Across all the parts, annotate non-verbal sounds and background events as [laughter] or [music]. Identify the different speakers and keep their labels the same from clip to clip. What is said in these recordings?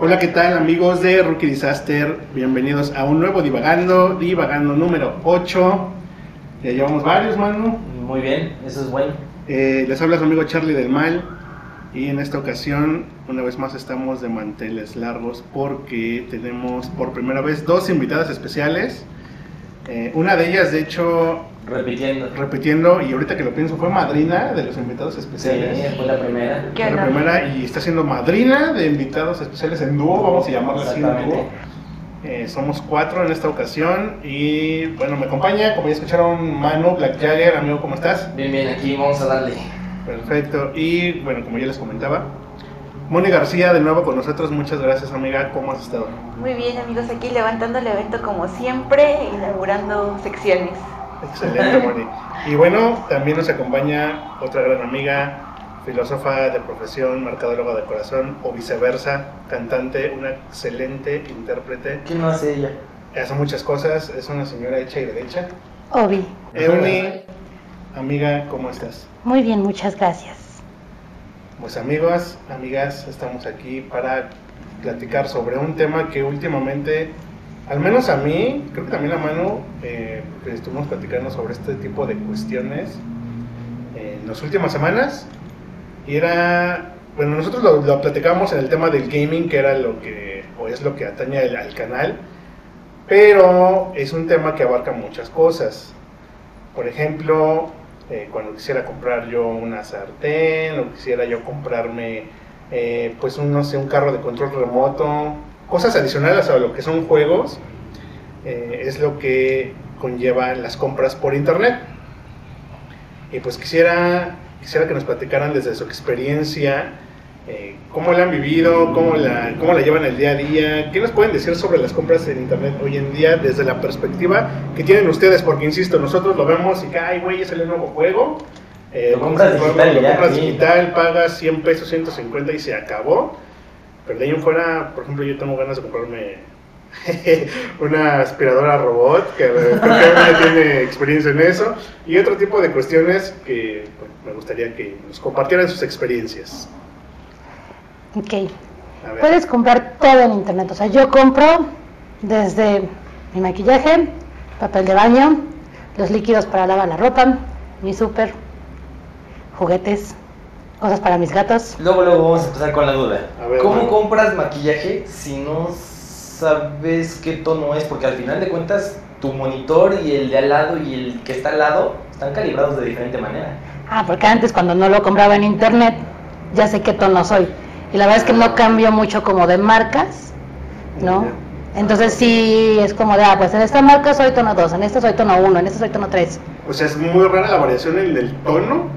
Speaker 1: Hola, ¿qué tal amigos de Rookie Disaster? Bienvenidos a un nuevo Divagando, Divagando número 8. Ya llevamos varios, mano.
Speaker 2: Muy bien, eso es bueno.
Speaker 1: Eh, les habla su amigo Charlie del Mal. Y en esta ocasión, una vez más, estamos de manteles largos porque tenemos por primera vez dos invitadas especiales. Eh, una de ellas, de hecho,
Speaker 2: Repitiendo.
Speaker 1: repitiendo, y ahorita que lo pienso, fue madrina de los invitados
Speaker 2: Sí,
Speaker 1: especiales.
Speaker 2: fue la primera.
Speaker 3: ¿Qué
Speaker 1: Fue la
Speaker 3: onda?
Speaker 1: primera y está siendo madrina de invitados especiales en dúo, vamos a llamarla así en
Speaker 2: Exactamente.
Speaker 1: dúo. Eh, somos cuatro en esta ocasión y bueno, me acompaña, como ya escucharon, Manu Black Jagger, amigo, ¿cómo estás?
Speaker 2: Bien, bien, aquí vamos a darle.
Speaker 1: Perfecto, y bueno, como ya les comentaba, Moni García de nuevo con nosotros, muchas gracias amiga, ¿cómo has estado?
Speaker 3: Muy bien amigos, aquí levantando el evento como siempre, inaugurando secciones.
Speaker 1: Excelente, Moni. Y bueno, también nos acompaña otra gran amiga, filósofa de profesión, mercadóloga de corazón, o viceversa, cantante, una excelente intérprete
Speaker 2: ¿Qué no hace ella?
Speaker 1: hace muchas cosas, es una señora hecha y derecha.
Speaker 4: Obi,
Speaker 1: Euni, amiga, ¿cómo estás?
Speaker 4: muy bien, muchas gracias.
Speaker 1: Pues amigos, amigas, estamos aquí para platicar sobre un tema que últimamente, al menos a mí, creo que también a Manu, eh, pues, estuvimos platicando sobre este tipo de cuestiones en las últimas semanas. Y era, bueno, nosotros lo, lo platicamos en el tema del gaming, que era lo que, o es lo que atañe al, al canal, pero es un tema que abarca muchas cosas. Por ejemplo, eh, cuando quisiera comprar yo una sartén, o quisiera yo comprarme, eh, pues, un, no sé, un carro de control remoto, cosas adicionales a lo que son juegos, eh, es lo que conlleva las compras por internet. Y pues quisiera, quisiera que nos platicaran desde su experiencia, eh, cómo la han vivido, cómo la, cómo la llevan el día a día, qué nos pueden decir sobre las compras en internet hoy en día desde la perspectiva que tienen ustedes, porque insisto, nosotros lo vemos y que, ay, güey, es el nuevo juego. eh,
Speaker 2: Lo compras
Speaker 1: juego,
Speaker 2: digital
Speaker 1: lo
Speaker 2: ya,
Speaker 1: compras
Speaker 2: sí.
Speaker 1: digital, pagas 100 pesos, 150 y se acabó. Pero de ahí en fuera, por ejemplo, yo tengo ganas de comprarme [laughs] una aspiradora robot, que eh, creo que alguien tiene experiencia en eso, y otro tipo de cuestiones que bueno, me gustaría que nos compartieran sus experiencias.
Speaker 4: Ok,
Speaker 1: A ver,
Speaker 4: puedes comprar todo en internet. O sea, yo compro desde mi maquillaje, papel de baño, los líquidos para lavar la ropa, mi súper, juguetes, cosas para mis gatos.
Speaker 2: Luego, luego vamos a empezar con la duda.
Speaker 1: A ver,
Speaker 2: ¿Cómo
Speaker 1: bueno.
Speaker 2: compras maquillaje si no sabes qué tono es? Porque al final de cuentas, tu monitor y el de al lado y el que está al lado están calibrados de diferente manera.
Speaker 4: Ah, porque antes cuando no lo compraba en internet, ya sé qué tono soy. Y la verdad es que no cambio mucho como de marcas, ¿no? Entonces sí es como de, ah, pues en esta marca soy tono 2, en esta soy tono 1, en esta soy tono 3.
Speaker 1: o sea, es muy rara la variación en el tono.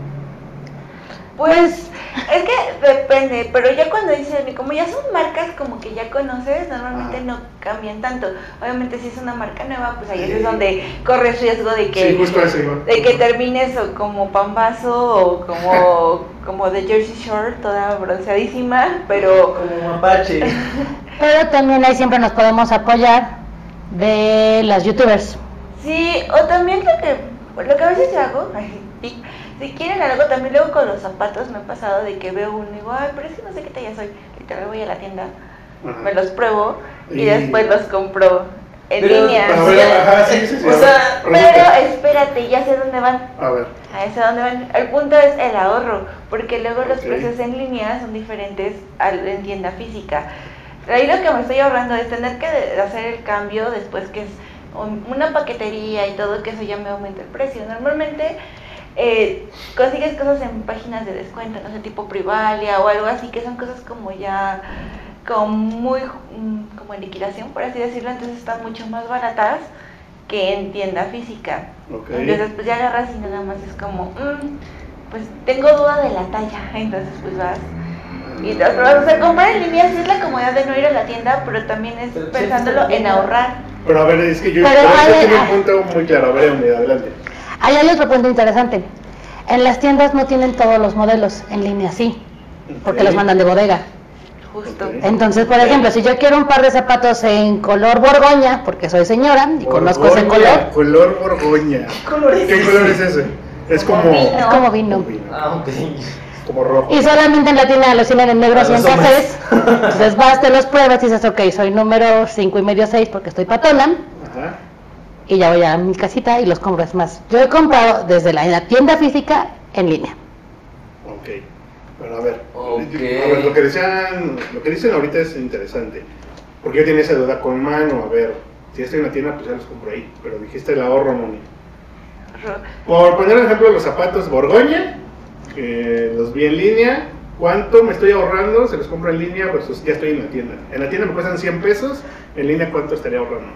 Speaker 3: Pues es que depende, pero ya cuando dicen, como ya son marcas como que ya conoces, normalmente
Speaker 1: Ajá.
Speaker 3: no cambian tanto. Obviamente si es una marca nueva, pues ahí
Speaker 1: Sí.
Speaker 3: es donde corres riesgo de que...
Speaker 1: Sí, justo a eso iba.
Speaker 3: De que termines o como pambazo o como, como de Jersey Shore, toda bronceadísima, pero
Speaker 2: Como mapache.
Speaker 4: Pero también ahí siempre nos podemos apoyar de las youtubers.
Speaker 3: Sí, o también lo que, lo que a veces yo hago, [laughs] ay, sí, si quieren algo, también luego con los zapatos me ha pasado de que veo uno y digo, ay, pero es que no sé qué talla soy. Literal voy a la tienda,
Speaker 1: Ajá. Ah,
Speaker 3: me los pruebo y,
Speaker 1: Y-
Speaker 3: después los compro en
Speaker 2: Pero-
Speaker 3: línea.
Speaker 1: A ver, ajá, sí, sí, sí,
Speaker 2: O
Speaker 1: a ver,
Speaker 2: sea,
Speaker 3: Pero
Speaker 1: pregunta.
Speaker 3: espérate, ya sé dónde van.
Speaker 1: A ver,
Speaker 3: A ese dónde van. El punto es el ahorro, porque luego los
Speaker 1: Ok.
Speaker 3: precios en línea son diferentes al en tienda física. Ahí lo que me estoy ahorrando es tener que de- hacer el cambio después que es un- una paquetería y todo, que eso ya me aumenta el precio. Normalmente eh, consigues cosas en páginas de descuento, no sé, tipo Privalia o algo así, que son cosas como ya como muy mm, como en liquidación, por así decirlo, entonces están mucho más baratas que en tienda física.
Speaker 1: ok.
Speaker 3: Entonces, pues ya agarras y nada más es como, "Mm, pues tengo duda de la talla. [laughs] Entonces, pues vas y las pruebas. O sea, comprar en línea sí es la comodidad de no ir a la tienda, pero también es
Speaker 2: Pero sí,
Speaker 3: pensándolo
Speaker 2: también.
Speaker 3: en ahorrar.
Speaker 1: Pero a ver, es que yo,
Speaker 4: Pero,
Speaker 1: yo
Speaker 4: a ver,
Speaker 1: tengo
Speaker 4: a-
Speaker 1: un punto muy claro. A ver, Euni, adelante.
Speaker 4: Ahí hay otro punto interesante. En las tiendas no tienen todos los modelos, en línea sí, porque
Speaker 1: Ok.
Speaker 4: los mandan de bodega.
Speaker 3: Justo.
Speaker 1: Ok.
Speaker 4: Entonces, por ejemplo, si yo quiero un par de zapatos en color borgoña, porque soy señora y conozco ese
Speaker 1: Borgoña,
Speaker 4: color,
Speaker 1: Color borgoña.
Speaker 2: color es
Speaker 1: ¿Qué
Speaker 2: ese?
Speaker 1: color es ese? Es como...
Speaker 3: Vino.
Speaker 4: es como vino.
Speaker 1: Vino.
Speaker 2: Ah, ok.
Speaker 1: como rojo.
Speaker 4: Y solamente en la tienda los tienen en negros
Speaker 2: A
Speaker 4: y en
Speaker 2: los hombres.
Speaker 4: cafés. Entonces vas, te los pruebas y dices, ok, soy número 5 y medio 6 porque estoy patona.
Speaker 1: Ajá.
Speaker 4: Y ya voy a mi casita y los compro. Es más, yo he comprado desde la, en la tienda física en línea.
Speaker 1: Ok. Bueno, a ver.
Speaker 2: Ok.
Speaker 1: A ver, lo que, decían, lo que dicen ahorita es interesante. Porque yo tenía esa duda con mano. A ver, si estoy en la tienda, pues ya los compro ahí. Pero dijiste el ahorro, Moni.
Speaker 3: Ro-
Speaker 1: Por poner el ejemplo, los zapatos Borgoña, eh, los vi en línea. ¿Cuánto me estoy ahorrando? Se los compro en línea versus ya estoy en la tienda. En la tienda me cuestan 100 pesos. En línea, ¿cuánto estaría ahorrando?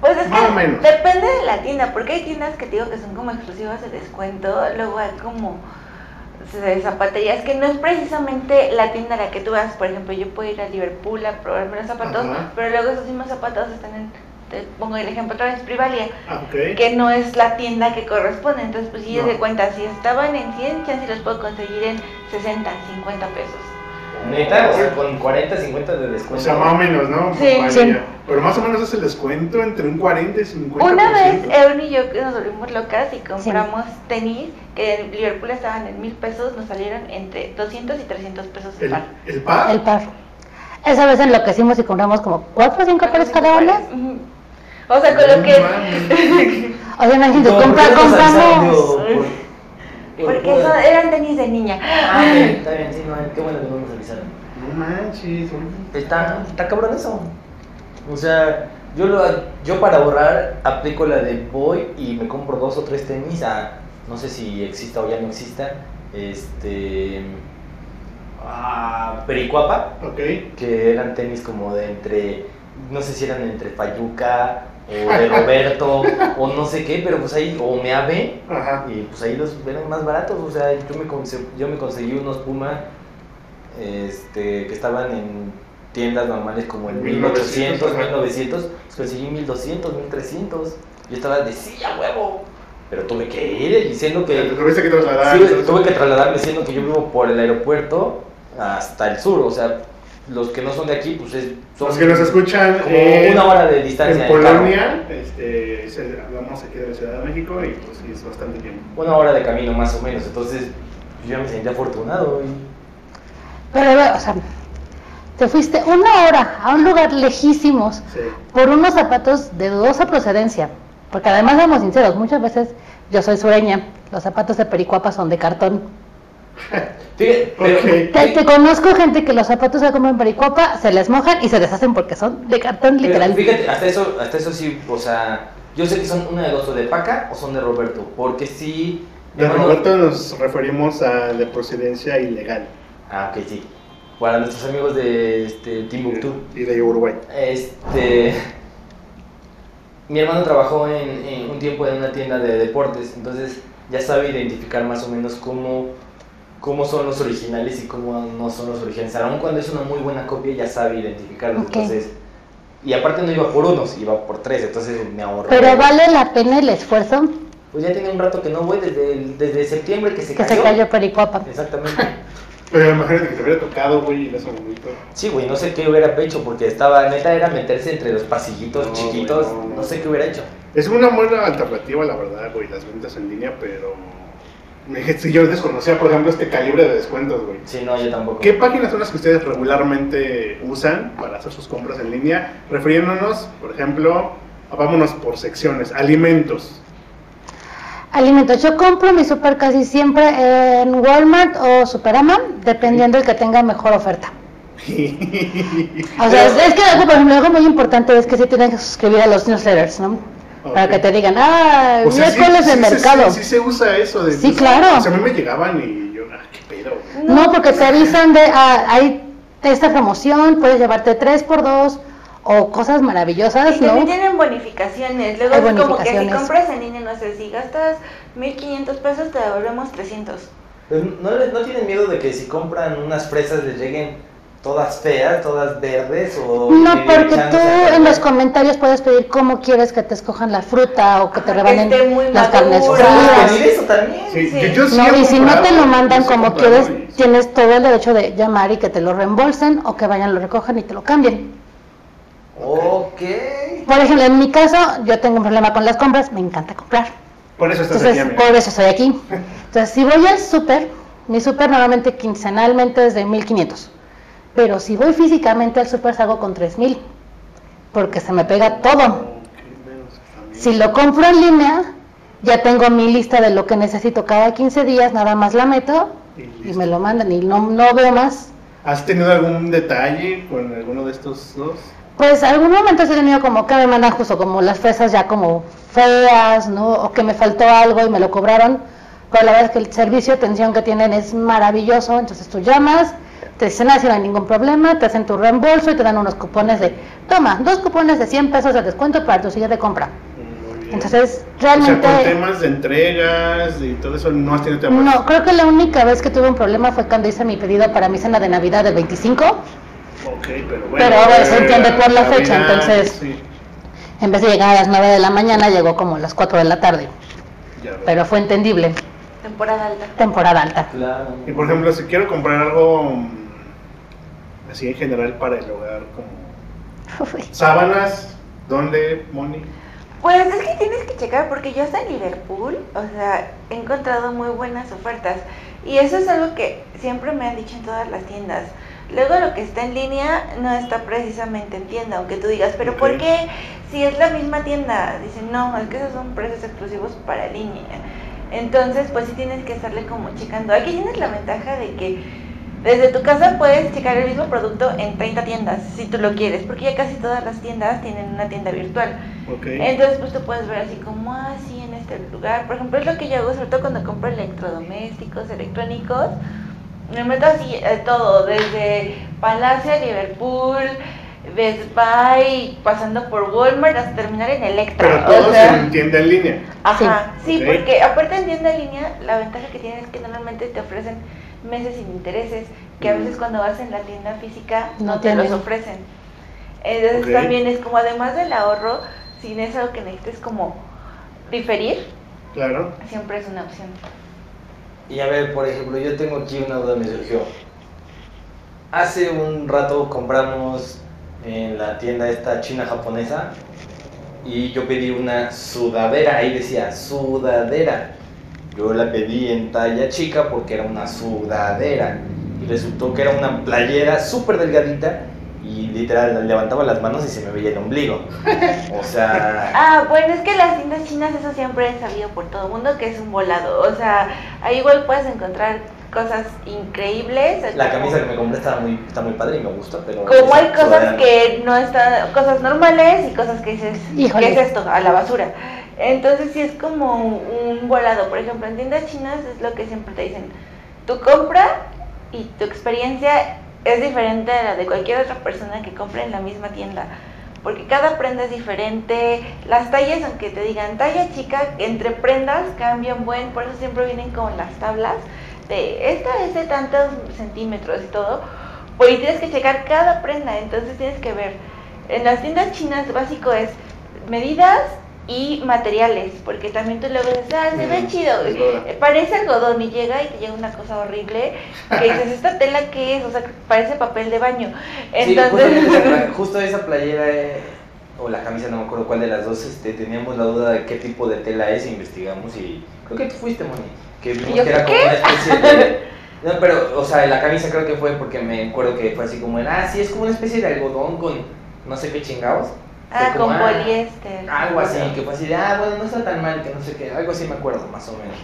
Speaker 3: Pues es
Speaker 1: Más
Speaker 3: que
Speaker 1: o menos.
Speaker 3: depende de la tienda, porque hay tiendas que te digo que son como exclusivas de descuento, luego hay como eh, zapaterías que no es precisamente la tienda a la que tú vas, por ejemplo, yo puedo ir a Liverpool a probarme los zapatos,
Speaker 1: Ajá.
Speaker 3: pero luego esos mismos zapatos están en, te pongo el ejemplo otra vez, Privalia,
Speaker 1: Ah, ok.
Speaker 3: que no es la tienda que corresponde, entonces pues si
Speaker 1: No.
Speaker 3: de cuenta, si estaban en 100, ya sí los puedo conseguir en 60, 50 pesos.
Speaker 2: Neta, o sea, con 40, 50 de
Speaker 1: O
Speaker 2: descuento.
Speaker 1: sea, más o menos, ¿no?
Speaker 3: Sí.
Speaker 1: Vaya.
Speaker 4: Sí.
Speaker 1: Pero más o menos es el descuento entre un 40 y 50%.
Speaker 3: Una
Speaker 4: pues
Speaker 3: vez Euron y yo que nos volvimos locas y compramos tenis que en Liverpool estaban en mil pesos, nos salieron entre 200 y 300 pesos el
Speaker 1: ¿El,
Speaker 3: par.
Speaker 1: el par?
Speaker 4: El par. Esa vez enloquecimos y compramos como 4 o 5 pares cada una.
Speaker 3: Ujú. O sea, con lo
Speaker 1: No
Speaker 3: que... [laughs]
Speaker 4: O sea, imagínate, compra, compramos.
Speaker 3: Porque eso eran tenis de niña.
Speaker 2: Ah, bien, está bien, sí, no, qué bueno que no nos avisaron.
Speaker 1: No manches. ¿no?
Speaker 2: Está, está cabrón eso. O sea, yo, lo, yo para ahorrar aplico la de voy y me compro dos o tres tenis a, no sé si exista o ya no exista, este, a Pericuapa,
Speaker 1: Ok.
Speaker 2: que eran tenis como de entre, no sé si eran entre Fayuca o de Roberto o no sé qué, pero pues ahí, o Meave,
Speaker 1: Ajá.
Speaker 2: y pues ahí los eran más baratos, o sea, yo me, conse- yo me conseguí unos Puma este, que estaban en tiendas normales como en
Speaker 1: 1900,
Speaker 2: 1800,
Speaker 1: ajá.
Speaker 2: 1900, pues conseguí 1200, 1300, yo estaba de sí, a huevo, pero tuve que ir, diciendo que...
Speaker 1: Te tuviste que trasladar.
Speaker 2: Sí,
Speaker 1: entonces-
Speaker 2: tuve que trasladarme siendo que yo vivo por el aeropuerto hasta el sur, o sea, los que no son de aquí, pues es, son
Speaker 1: Los que nos escuchan
Speaker 2: como
Speaker 1: en,
Speaker 2: una hora de distancia.
Speaker 1: en
Speaker 2: de carro.
Speaker 1: Polonia, este, se- hablamos aquí de la Ciudad de México y pues sí, es bastante tiempo.
Speaker 2: Una hora de camino más o menos, entonces yo ya me sentía afortunado. y-
Speaker 4: Pero, o sea, te fuiste una hora a un lugar lejísimos
Speaker 1: Sí.
Speaker 4: por unos zapatos de dudosa procedencia. Porque además, seamos sinceros, muchas veces yo soy sureña, los zapatos de Pericuapa son de cartón.
Speaker 2: Fíjate, pero-
Speaker 1: Ok.
Speaker 4: Te, te conozco gente que los zapatos que compran en Pericuapa se les mojan y se deshacen porque son de cartón
Speaker 2: pero
Speaker 4: literal.
Speaker 2: fíjate, hasta eso, hasta eso sí, o sea, yo sé que son una de dos, o de Paca o son de Roberto, porque sí...
Speaker 1: De
Speaker 2: bueno,
Speaker 1: Roberto nos referimos a de procedencia ilegal
Speaker 2: Ah, ok, sí. Para nuestros amigos de este, Timbuktu.
Speaker 1: y de Uruguay.
Speaker 2: Este. Mi hermano trabajó en, en un tiempo en una tienda de deportes, entonces ya sabe identificar más o menos cómo, cómo son los originales y cómo no son los originales. Aún cuando es una muy buena copia, ya sabe identificarlos.
Speaker 4: Ok.
Speaker 2: Entonces, y aparte no iba por unos, iba por tres, entonces me ahorro.
Speaker 4: Pero vale la pena el esfuerzo
Speaker 2: Pues ya tiene un rato que no voy, desde, el- desde septiembre que se
Speaker 4: que
Speaker 2: cayó.
Speaker 4: se cayó Pericuapa.
Speaker 2: Exactamente.
Speaker 1: Pero imagínate que te hubiera tocado, güey, en ese momento.
Speaker 2: Sí, güey, no sé qué hubiera hecho porque estaba, neta, era meterse entre los pasillitos
Speaker 1: No, güey,
Speaker 2: chiquitos,
Speaker 1: no, no.
Speaker 2: no sé qué hubiera hecho.
Speaker 1: Es una buena alternativa, la verdad, güey, las ventas en línea, pero. Me dije, sí, yo desconocía, por ejemplo, este calibre de descuentos, güey.
Speaker 2: Sí, no, yo tampoco.
Speaker 1: ¿Qué páginas son las que ustedes regularmente usan para hacer sus compras en línea? Refiriéndonos, por ejemplo, a- vámonos por secciones. Alimentos. [laughs]
Speaker 4: Alimentos, yo compro mi super casi siempre en Walmart o Superama, dependiendo el que tenga mejor oferta. O sea, es, es que algo, por ejemplo, algo muy importante es que sí tienen que suscribir a los newsletters, ¿no? Para
Speaker 1: Ok.
Speaker 4: que te digan, ah,
Speaker 1: O sea, sí-
Speaker 4: miércoles de
Speaker 1: sí se-
Speaker 4: mercado.
Speaker 1: Sí, sí se usa eso. De, pues,
Speaker 4: Sí, claro.
Speaker 1: O sea, a mí me llegaban y yo, ah, qué pedo. güey.
Speaker 4: No, porque te avisan de, ah, hay esta promoción, puedes llevarte 3x2 o cosas maravillosas,
Speaker 3: Y también
Speaker 4: ¿no?
Speaker 3: tienen bonificaciones, luego
Speaker 4: Hay
Speaker 3: es como que si
Speaker 4: bonificaciones.
Speaker 3: compras en línea, no sé, si gastas 1500 pesos te devolvemos 300.
Speaker 2: Pues, ¿No, le- no tienen miedo de que si compran unas fresas les lleguen todas feas, todas verdes o...
Speaker 4: No,
Speaker 2: medio
Speaker 4: porque
Speaker 2: echándose
Speaker 4: tú
Speaker 2: a perder?
Speaker 4: en los comentarios puedes pedir cómo quieres que te escojan la fruta o que te
Speaker 3: Ajá, Ah, que
Speaker 4: rebanen
Speaker 3: esté muy
Speaker 4: las carnes
Speaker 3: madura.
Speaker 2: ¿Puedes
Speaker 4: frías.
Speaker 2: pedir eso también?
Speaker 1: Sí,
Speaker 3: Sí.
Speaker 1: Yo, yo sí
Speaker 4: No,
Speaker 1: he
Speaker 4: y si no
Speaker 1: comprado,
Speaker 4: te lo
Speaker 1: yo
Speaker 4: mandan
Speaker 1: sí he
Speaker 4: como
Speaker 1: comprado
Speaker 4: quieres,
Speaker 1: y-
Speaker 4: tienes todo el derecho de llamar y que te lo reembolsen o que vayan, lo recojan y te lo cambien.
Speaker 2: Ok.
Speaker 4: Por ejemplo, en mi caso, yo tengo un problema con las compras, me encanta comprar.
Speaker 1: Por eso estás
Speaker 4: Entonces,
Speaker 1: aquí, amigo.
Speaker 4: por eso estoy aquí. Entonces, si voy al súper, Mi súper normalmente quincenalmente es de 1500. Pero si voy físicamente al súper salgo con 3000. Porque se me pega todo. Si lo compro en línea, ya tengo mi lista de lo que necesito cada 15 días, nada más la meto y me lo mandan y no, no veo más.
Speaker 1: ¿Has tenido algún detalle con alguno de estos dos?
Speaker 4: Pues algún momento sí he tenido como que me mandan justo como las fresas ya como feas, ¿no? O que me faltó algo y me lo cobraron. Pero la verdad es que el servicio de atención que tienen es maravilloso. Entonces tú llamas, te dicen así, no hay ningún problema, te hacen tu reembolso y te dan unos cupones de, toma, dos cupones de 100 pesos de descuento para tu siguiente compra.
Speaker 1: Muy bien.
Speaker 4: Entonces
Speaker 1: o sea,
Speaker 4: realmente...
Speaker 1: con temas de entregas y todo eso no has tenido temas.
Speaker 4: No, creo que la única vez que tuve un problema fue cuando hice mi pedido para mi cena de Navidad del 25.
Speaker 1: Ok, pero bueno.
Speaker 4: Pero ahora se entiende por la
Speaker 1: Navidad,
Speaker 4: fecha, entonces.
Speaker 1: Sí,
Speaker 4: En vez de llegar a las 9 de la mañana, llegó como a las 4 de la tarde.
Speaker 1: ya veo.
Speaker 4: Pero fue entendible.
Speaker 3: Temporada alta.
Speaker 4: Temporada alta. [laughs]
Speaker 2: Claro.
Speaker 1: Y por ejemplo, si quiero comprar algo mm, así en general para el hogar, como
Speaker 4: Uy.
Speaker 1: sábanas, ¿dónde, Moni?
Speaker 3: Pues es que tienes que checar porque yo hasta en Liverpool, o sea, he encontrado muy buenas ofertas y eso es algo que siempre me han dicho en todas las tiendas. Luego lo que está en línea no está precisamente en tienda, aunque tú digas, pero ¿por
Speaker 1: Ok.
Speaker 3: qué si es la misma tienda? Dicen, no, es que esos son precios exclusivos para línea. Entonces, pues sí tienes que estarle como checando. Aquí tienes la ventaja de que desde tu casa puedes checar el mismo producto en 30 tiendas, si tú lo quieres, porque ya casi todas las tiendas tienen una tienda virtual.
Speaker 1: Ok.
Speaker 3: Entonces, pues tú puedes ver así como así en este lugar. Por ejemplo, es lo que yo hago, sobre todo cuando compro electrodomésticos, electrónicos. Me meto así eh, todo, desde Palacio, Liverpool, Best Buy, pasando por Walmart hasta terminar en Electra.
Speaker 1: Pero
Speaker 3: o
Speaker 1: todo
Speaker 3: sea,
Speaker 1: se entiende en línea.
Speaker 3: Ajá, sí,
Speaker 1: Ok.
Speaker 3: porque aparte en tienda en línea, la ventaja que tienen es que normalmente te ofrecen meses sin intereses, que a veces cuando vas en la tienda física no,
Speaker 4: No
Speaker 3: te los
Speaker 4: tienen.
Speaker 3: ofrecen. Entonces
Speaker 1: Ok.
Speaker 3: también es como, además del ahorro, si no es algo que necesites como diferir,
Speaker 1: Claro.
Speaker 3: siempre es una opción.
Speaker 2: Y a ver, por ejemplo, yo tengo aquí una duda me surgió. Hace un rato compramos en la tienda esta china japonesa y yo pedí una sudadera, ahí decía sudadera. Yo la pedí en talla chica porque era una sudadera y resultó que era una playera súper delgadita y literal levantaba las manos y se me veía el ombligo. O
Speaker 3: [laughs]
Speaker 2: sea,
Speaker 3: Ah, bueno, es que las tiendas chinas eso siempre es sabido por todo el mundo que es un volado. O sea, ahí igual puedes encontrar cosas increíbles.
Speaker 2: la camisa que me compré estaba muy, está muy padre y me gusta, pero...
Speaker 3: Como
Speaker 2: esa
Speaker 3: hay
Speaker 2: sudadera
Speaker 3: cosas
Speaker 2: no.
Speaker 3: que no están, cosas normales y cosas que dices,
Speaker 4: Híjole.
Speaker 3: ¿qué es esto? A la basura. Entonces sí es como un volado. Por ejemplo, en tiendas chinas es lo que siempre te dicen, tu compra y tu experiencia es diferente a la de cualquier otra persona que compre en la misma tienda. Porque cada prenda es diferente, las tallas, aunque te digan talla chica, entre prendas cambian buen, por eso siempre vienen con las tablas de esta es de tantos centímetros y todo, porque tienes que checar cada prenda, entonces tienes que ver. En las tiendas chinas básico es medidas y materiales, porque también tú lo ves, ah, se ve
Speaker 1: Mm,
Speaker 3: chido,
Speaker 1: es verdad.
Speaker 3: eh, parece algodón y llega y te llega una cosa horrible, que
Speaker 2: [laughs]
Speaker 3: dices, ¿esta tela qué es? O sea, que parece papel de baño.
Speaker 2: Sí, pues, justo
Speaker 3: Entonces,
Speaker 2: esa [laughs]
Speaker 3: [laughs]
Speaker 2: pla- justo esa playera eh, o la camisa, no me acuerdo cuál de las dos, este, teníamos la duda de qué tipo de tela es, e investigamos y creo que tú fuiste, Moni, que vimos
Speaker 3: yo,
Speaker 2: que era como una especie
Speaker 3: [laughs]
Speaker 2: de... No, pero, o sea, la camisa creo que fue porque me acuerdo que fue así como, ah, sí, es como una especie de algodón con no sé qué chingados.
Speaker 3: ah,
Speaker 2: Fue como,
Speaker 3: con
Speaker 2: ah,
Speaker 3: poliéster.
Speaker 2: Algo así, que fue así de, ah, bueno, no está tan mal, que no sé qué, algo así me acuerdo, más o menos.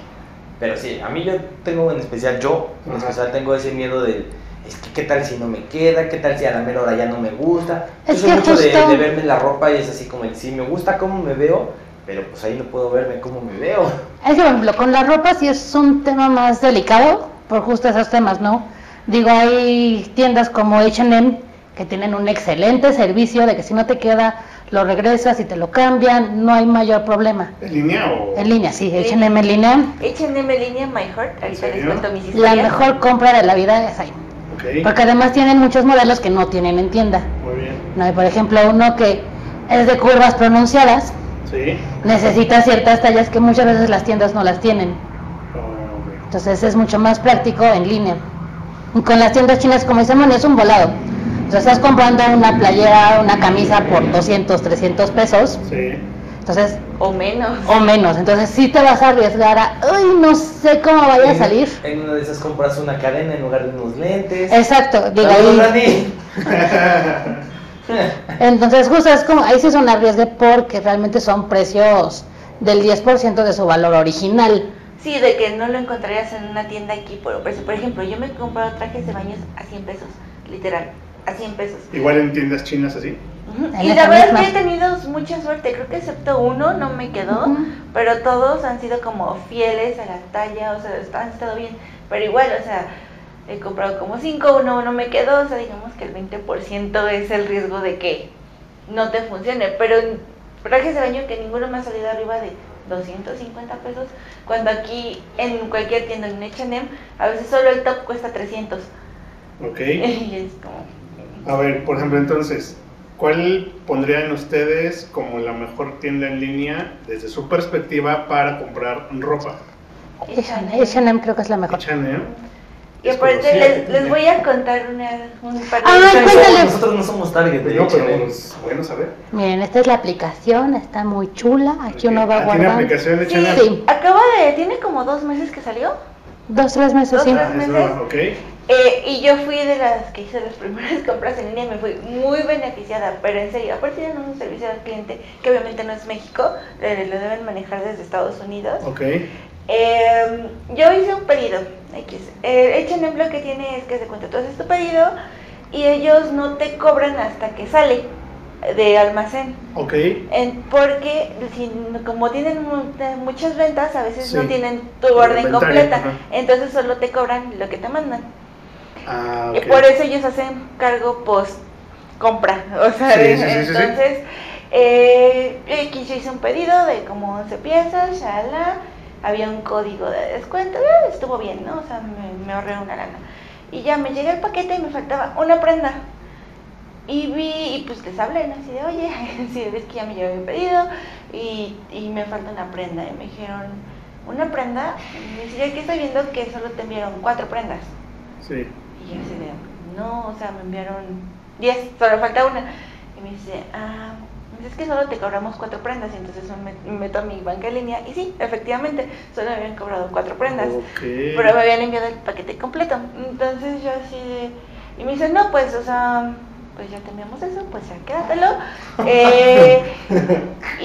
Speaker 2: Pero sí, a mí yo tengo en especial, yo en
Speaker 1: Ajá.
Speaker 2: especial tengo ese miedo del, es que qué tal si no me queda, qué tal si a la mera hora ya no me gusta. Yo
Speaker 4: Es
Speaker 2: soy
Speaker 4: que
Speaker 2: mucho de,
Speaker 4: justo-
Speaker 2: de verme la ropa y es así como, el, sí, me gusta cómo me veo, pero pues ahí no puedo verme cómo me veo.
Speaker 4: Es que, por ejemplo, con la ropa sí es un tema más delicado, por justo esos temas, ¿no? Digo, hay tiendas como HM que tienen un excelente servicio de que si no te queda, lo regresas y te lo cambian, no hay mayor problema.
Speaker 1: ¿En línea o.?
Speaker 4: En línea, sí,
Speaker 3: Sí.
Speaker 4: HM en línea,
Speaker 3: H&M línea My Heart, ahorita les
Speaker 1: serio?
Speaker 3: cuento mis
Speaker 4: la
Speaker 3: historias.
Speaker 4: mejor compra de la vida es ahí.
Speaker 1: Ok,
Speaker 4: Porque además tienen muchos modelos que no tienen en tienda.
Speaker 1: muy bien.
Speaker 4: ¿no? Y, por ejemplo, uno que es de curvas pronunciadas,
Speaker 1: Sí.
Speaker 4: necesita ciertas tallas que muchas veces las tiendas no las tienen.
Speaker 1: Oh,
Speaker 4: Entonces es mucho más práctico en línea. Y con las tiendas chinas, como dicen, bueno, es un volado. O sea, estás comprando una playera, una camisa por 200, 300 pesos.
Speaker 1: sí. [laughs]
Speaker 4: Entonces Entonces,
Speaker 3: o menos.
Speaker 4: o menos. Entonces, sí te vas a arriesgar a, ay, no sé cómo vaya a
Speaker 2: En-
Speaker 4: salir.
Speaker 2: En una de esas compras una cadena en lugar de unos lentes.
Speaker 4: Exacto, digo,
Speaker 2: Saludos,
Speaker 4: ahí- [laughs]
Speaker 2: Dani.
Speaker 4: Entonces, justo es como, ahí sí es un arriesgue porque realmente son precios del 10% de su valor original.
Speaker 3: Sí, de que no lo encontrarías en una tienda aquí por un precio. Por ejemplo, yo me he comprado trajes de baños a 100 pesos, literal, a 100 pesos.
Speaker 1: Igual en tiendas chinas así.
Speaker 3: Ujú.
Speaker 4: En
Speaker 3: Y la
Speaker 4: esa
Speaker 3: verdad es
Speaker 4: misma.
Speaker 3: que he tenido mucha suerte, creo que excepto uno no me quedó,
Speaker 4: Ujú.
Speaker 3: pero todos han sido como fieles a la talla, o sea, est- han estado bien, pero igual, o sea, he comprado como cinco, uno no me quedó, o sea, digamos que el 20% es el riesgo de que no te funcione, pero en trajes de baño que ninguno me ha salido arriba de 250 pesos, cuando aquí en cualquier tienda en H&M, a veces solo el top cuesta 300,
Speaker 1: Ok.
Speaker 3: [laughs] y es como...
Speaker 1: A ver, por ejemplo, entonces, ¿cuál pondrían ustedes como la mejor tienda en línea desde su perspectiva para comprar ropa?
Speaker 4: H&M H&M creo que es la mejor.
Speaker 1: H&M.
Speaker 3: Y aparte
Speaker 1: Desconocida
Speaker 3: les, les
Speaker 1: también.
Speaker 3: voy a contar una, un par de
Speaker 4: Ay,
Speaker 3: historias.
Speaker 4: cuéntale.
Speaker 2: Nosotros no somos target de
Speaker 1: No, pero
Speaker 2: H&M.
Speaker 1: pues, bueno saber.
Speaker 4: Miren, esta es la aplicación, está muy chula. Aquí uno va
Speaker 1: Ah, ¿Tiene
Speaker 4: guardando.
Speaker 1: aplicación de
Speaker 3: Sí,
Speaker 1: H&M?
Speaker 4: Sí.
Speaker 3: acaba de, tiene como dos meses que salió.
Speaker 4: Dos, tres meses,
Speaker 3: Dos,
Speaker 4: sí.
Speaker 3: tres
Speaker 1: Ah, es nueva, ok.
Speaker 3: Eh, y yo fui de las que hizo las [laughs] primeras compras en línea y me fui muy beneficiada, pero en serio, aparte tienen un servicio al cliente que obviamente no es México, eh, lo deben manejar desde Estados Unidos.
Speaker 1: Ok.
Speaker 3: Eh, yo hice un pedido X. El H&M lo que tiene es que se cuenta, tú haces tu pedido y ellos no te cobran hasta que sale de almacén.
Speaker 1: Ok.
Speaker 3: En- porque si- como tienen mu- muchas ventas, a veces
Speaker 1: Sí.
Speaker 3: no tienen tu
Speaker 1: El
Speaker 3: orden
Speaker 1: inventario,
Speaker 3: completa,
Speaker 1: ajá.
Speaker 3: entonces solo te cobran lo que te mandan.
Speaker 1: Ah,
Speaker 3: Y
Speaker 1: ok.
Speaker 3: por eso ellos hacen cargo post compra. O sea,
Speaker 1: Sí, sí, sí, sí, sí.
Speaker 3: entonces, eh, yo aquí yo hice un pedido de como 11 piezas, shala, había un código de descuento, eh, estuvo bien, ¿no? O sea, me, me ahorré una lana. Y ya me llega el paquete y me faltaba una prenda. Y vi, y pues les hablé, ¿no? Así de, oye, [laughs] si ves que ya me llegó mi pedido y, y me falta una prenda. Y me dijeron, ¿una prenda? Y me dice, "Ya que estoy viendo que solo te enviaron cuatro prendas.
Speaker 1: Sí.
Speaker 3: Y yo así de, no, o sea, me enviaron 10, solo falta una. Y me dice, ah, pues es que solo te cobramos cuatro prendas. Y entonces me, me meto a mi banca en línea. Y sí, efectivamente, solo me habían cobrado cuatro prendas.
Speaker 1: Ok.
Speaker 3: Pero me habían enviado el paquete completo. Entonces yo así de, y me dice, no, pues, o sea, pues ya teníamos eso, pues ya
Speaker 1: [laughs]
Speaker 3: quédatelo. Eh, y,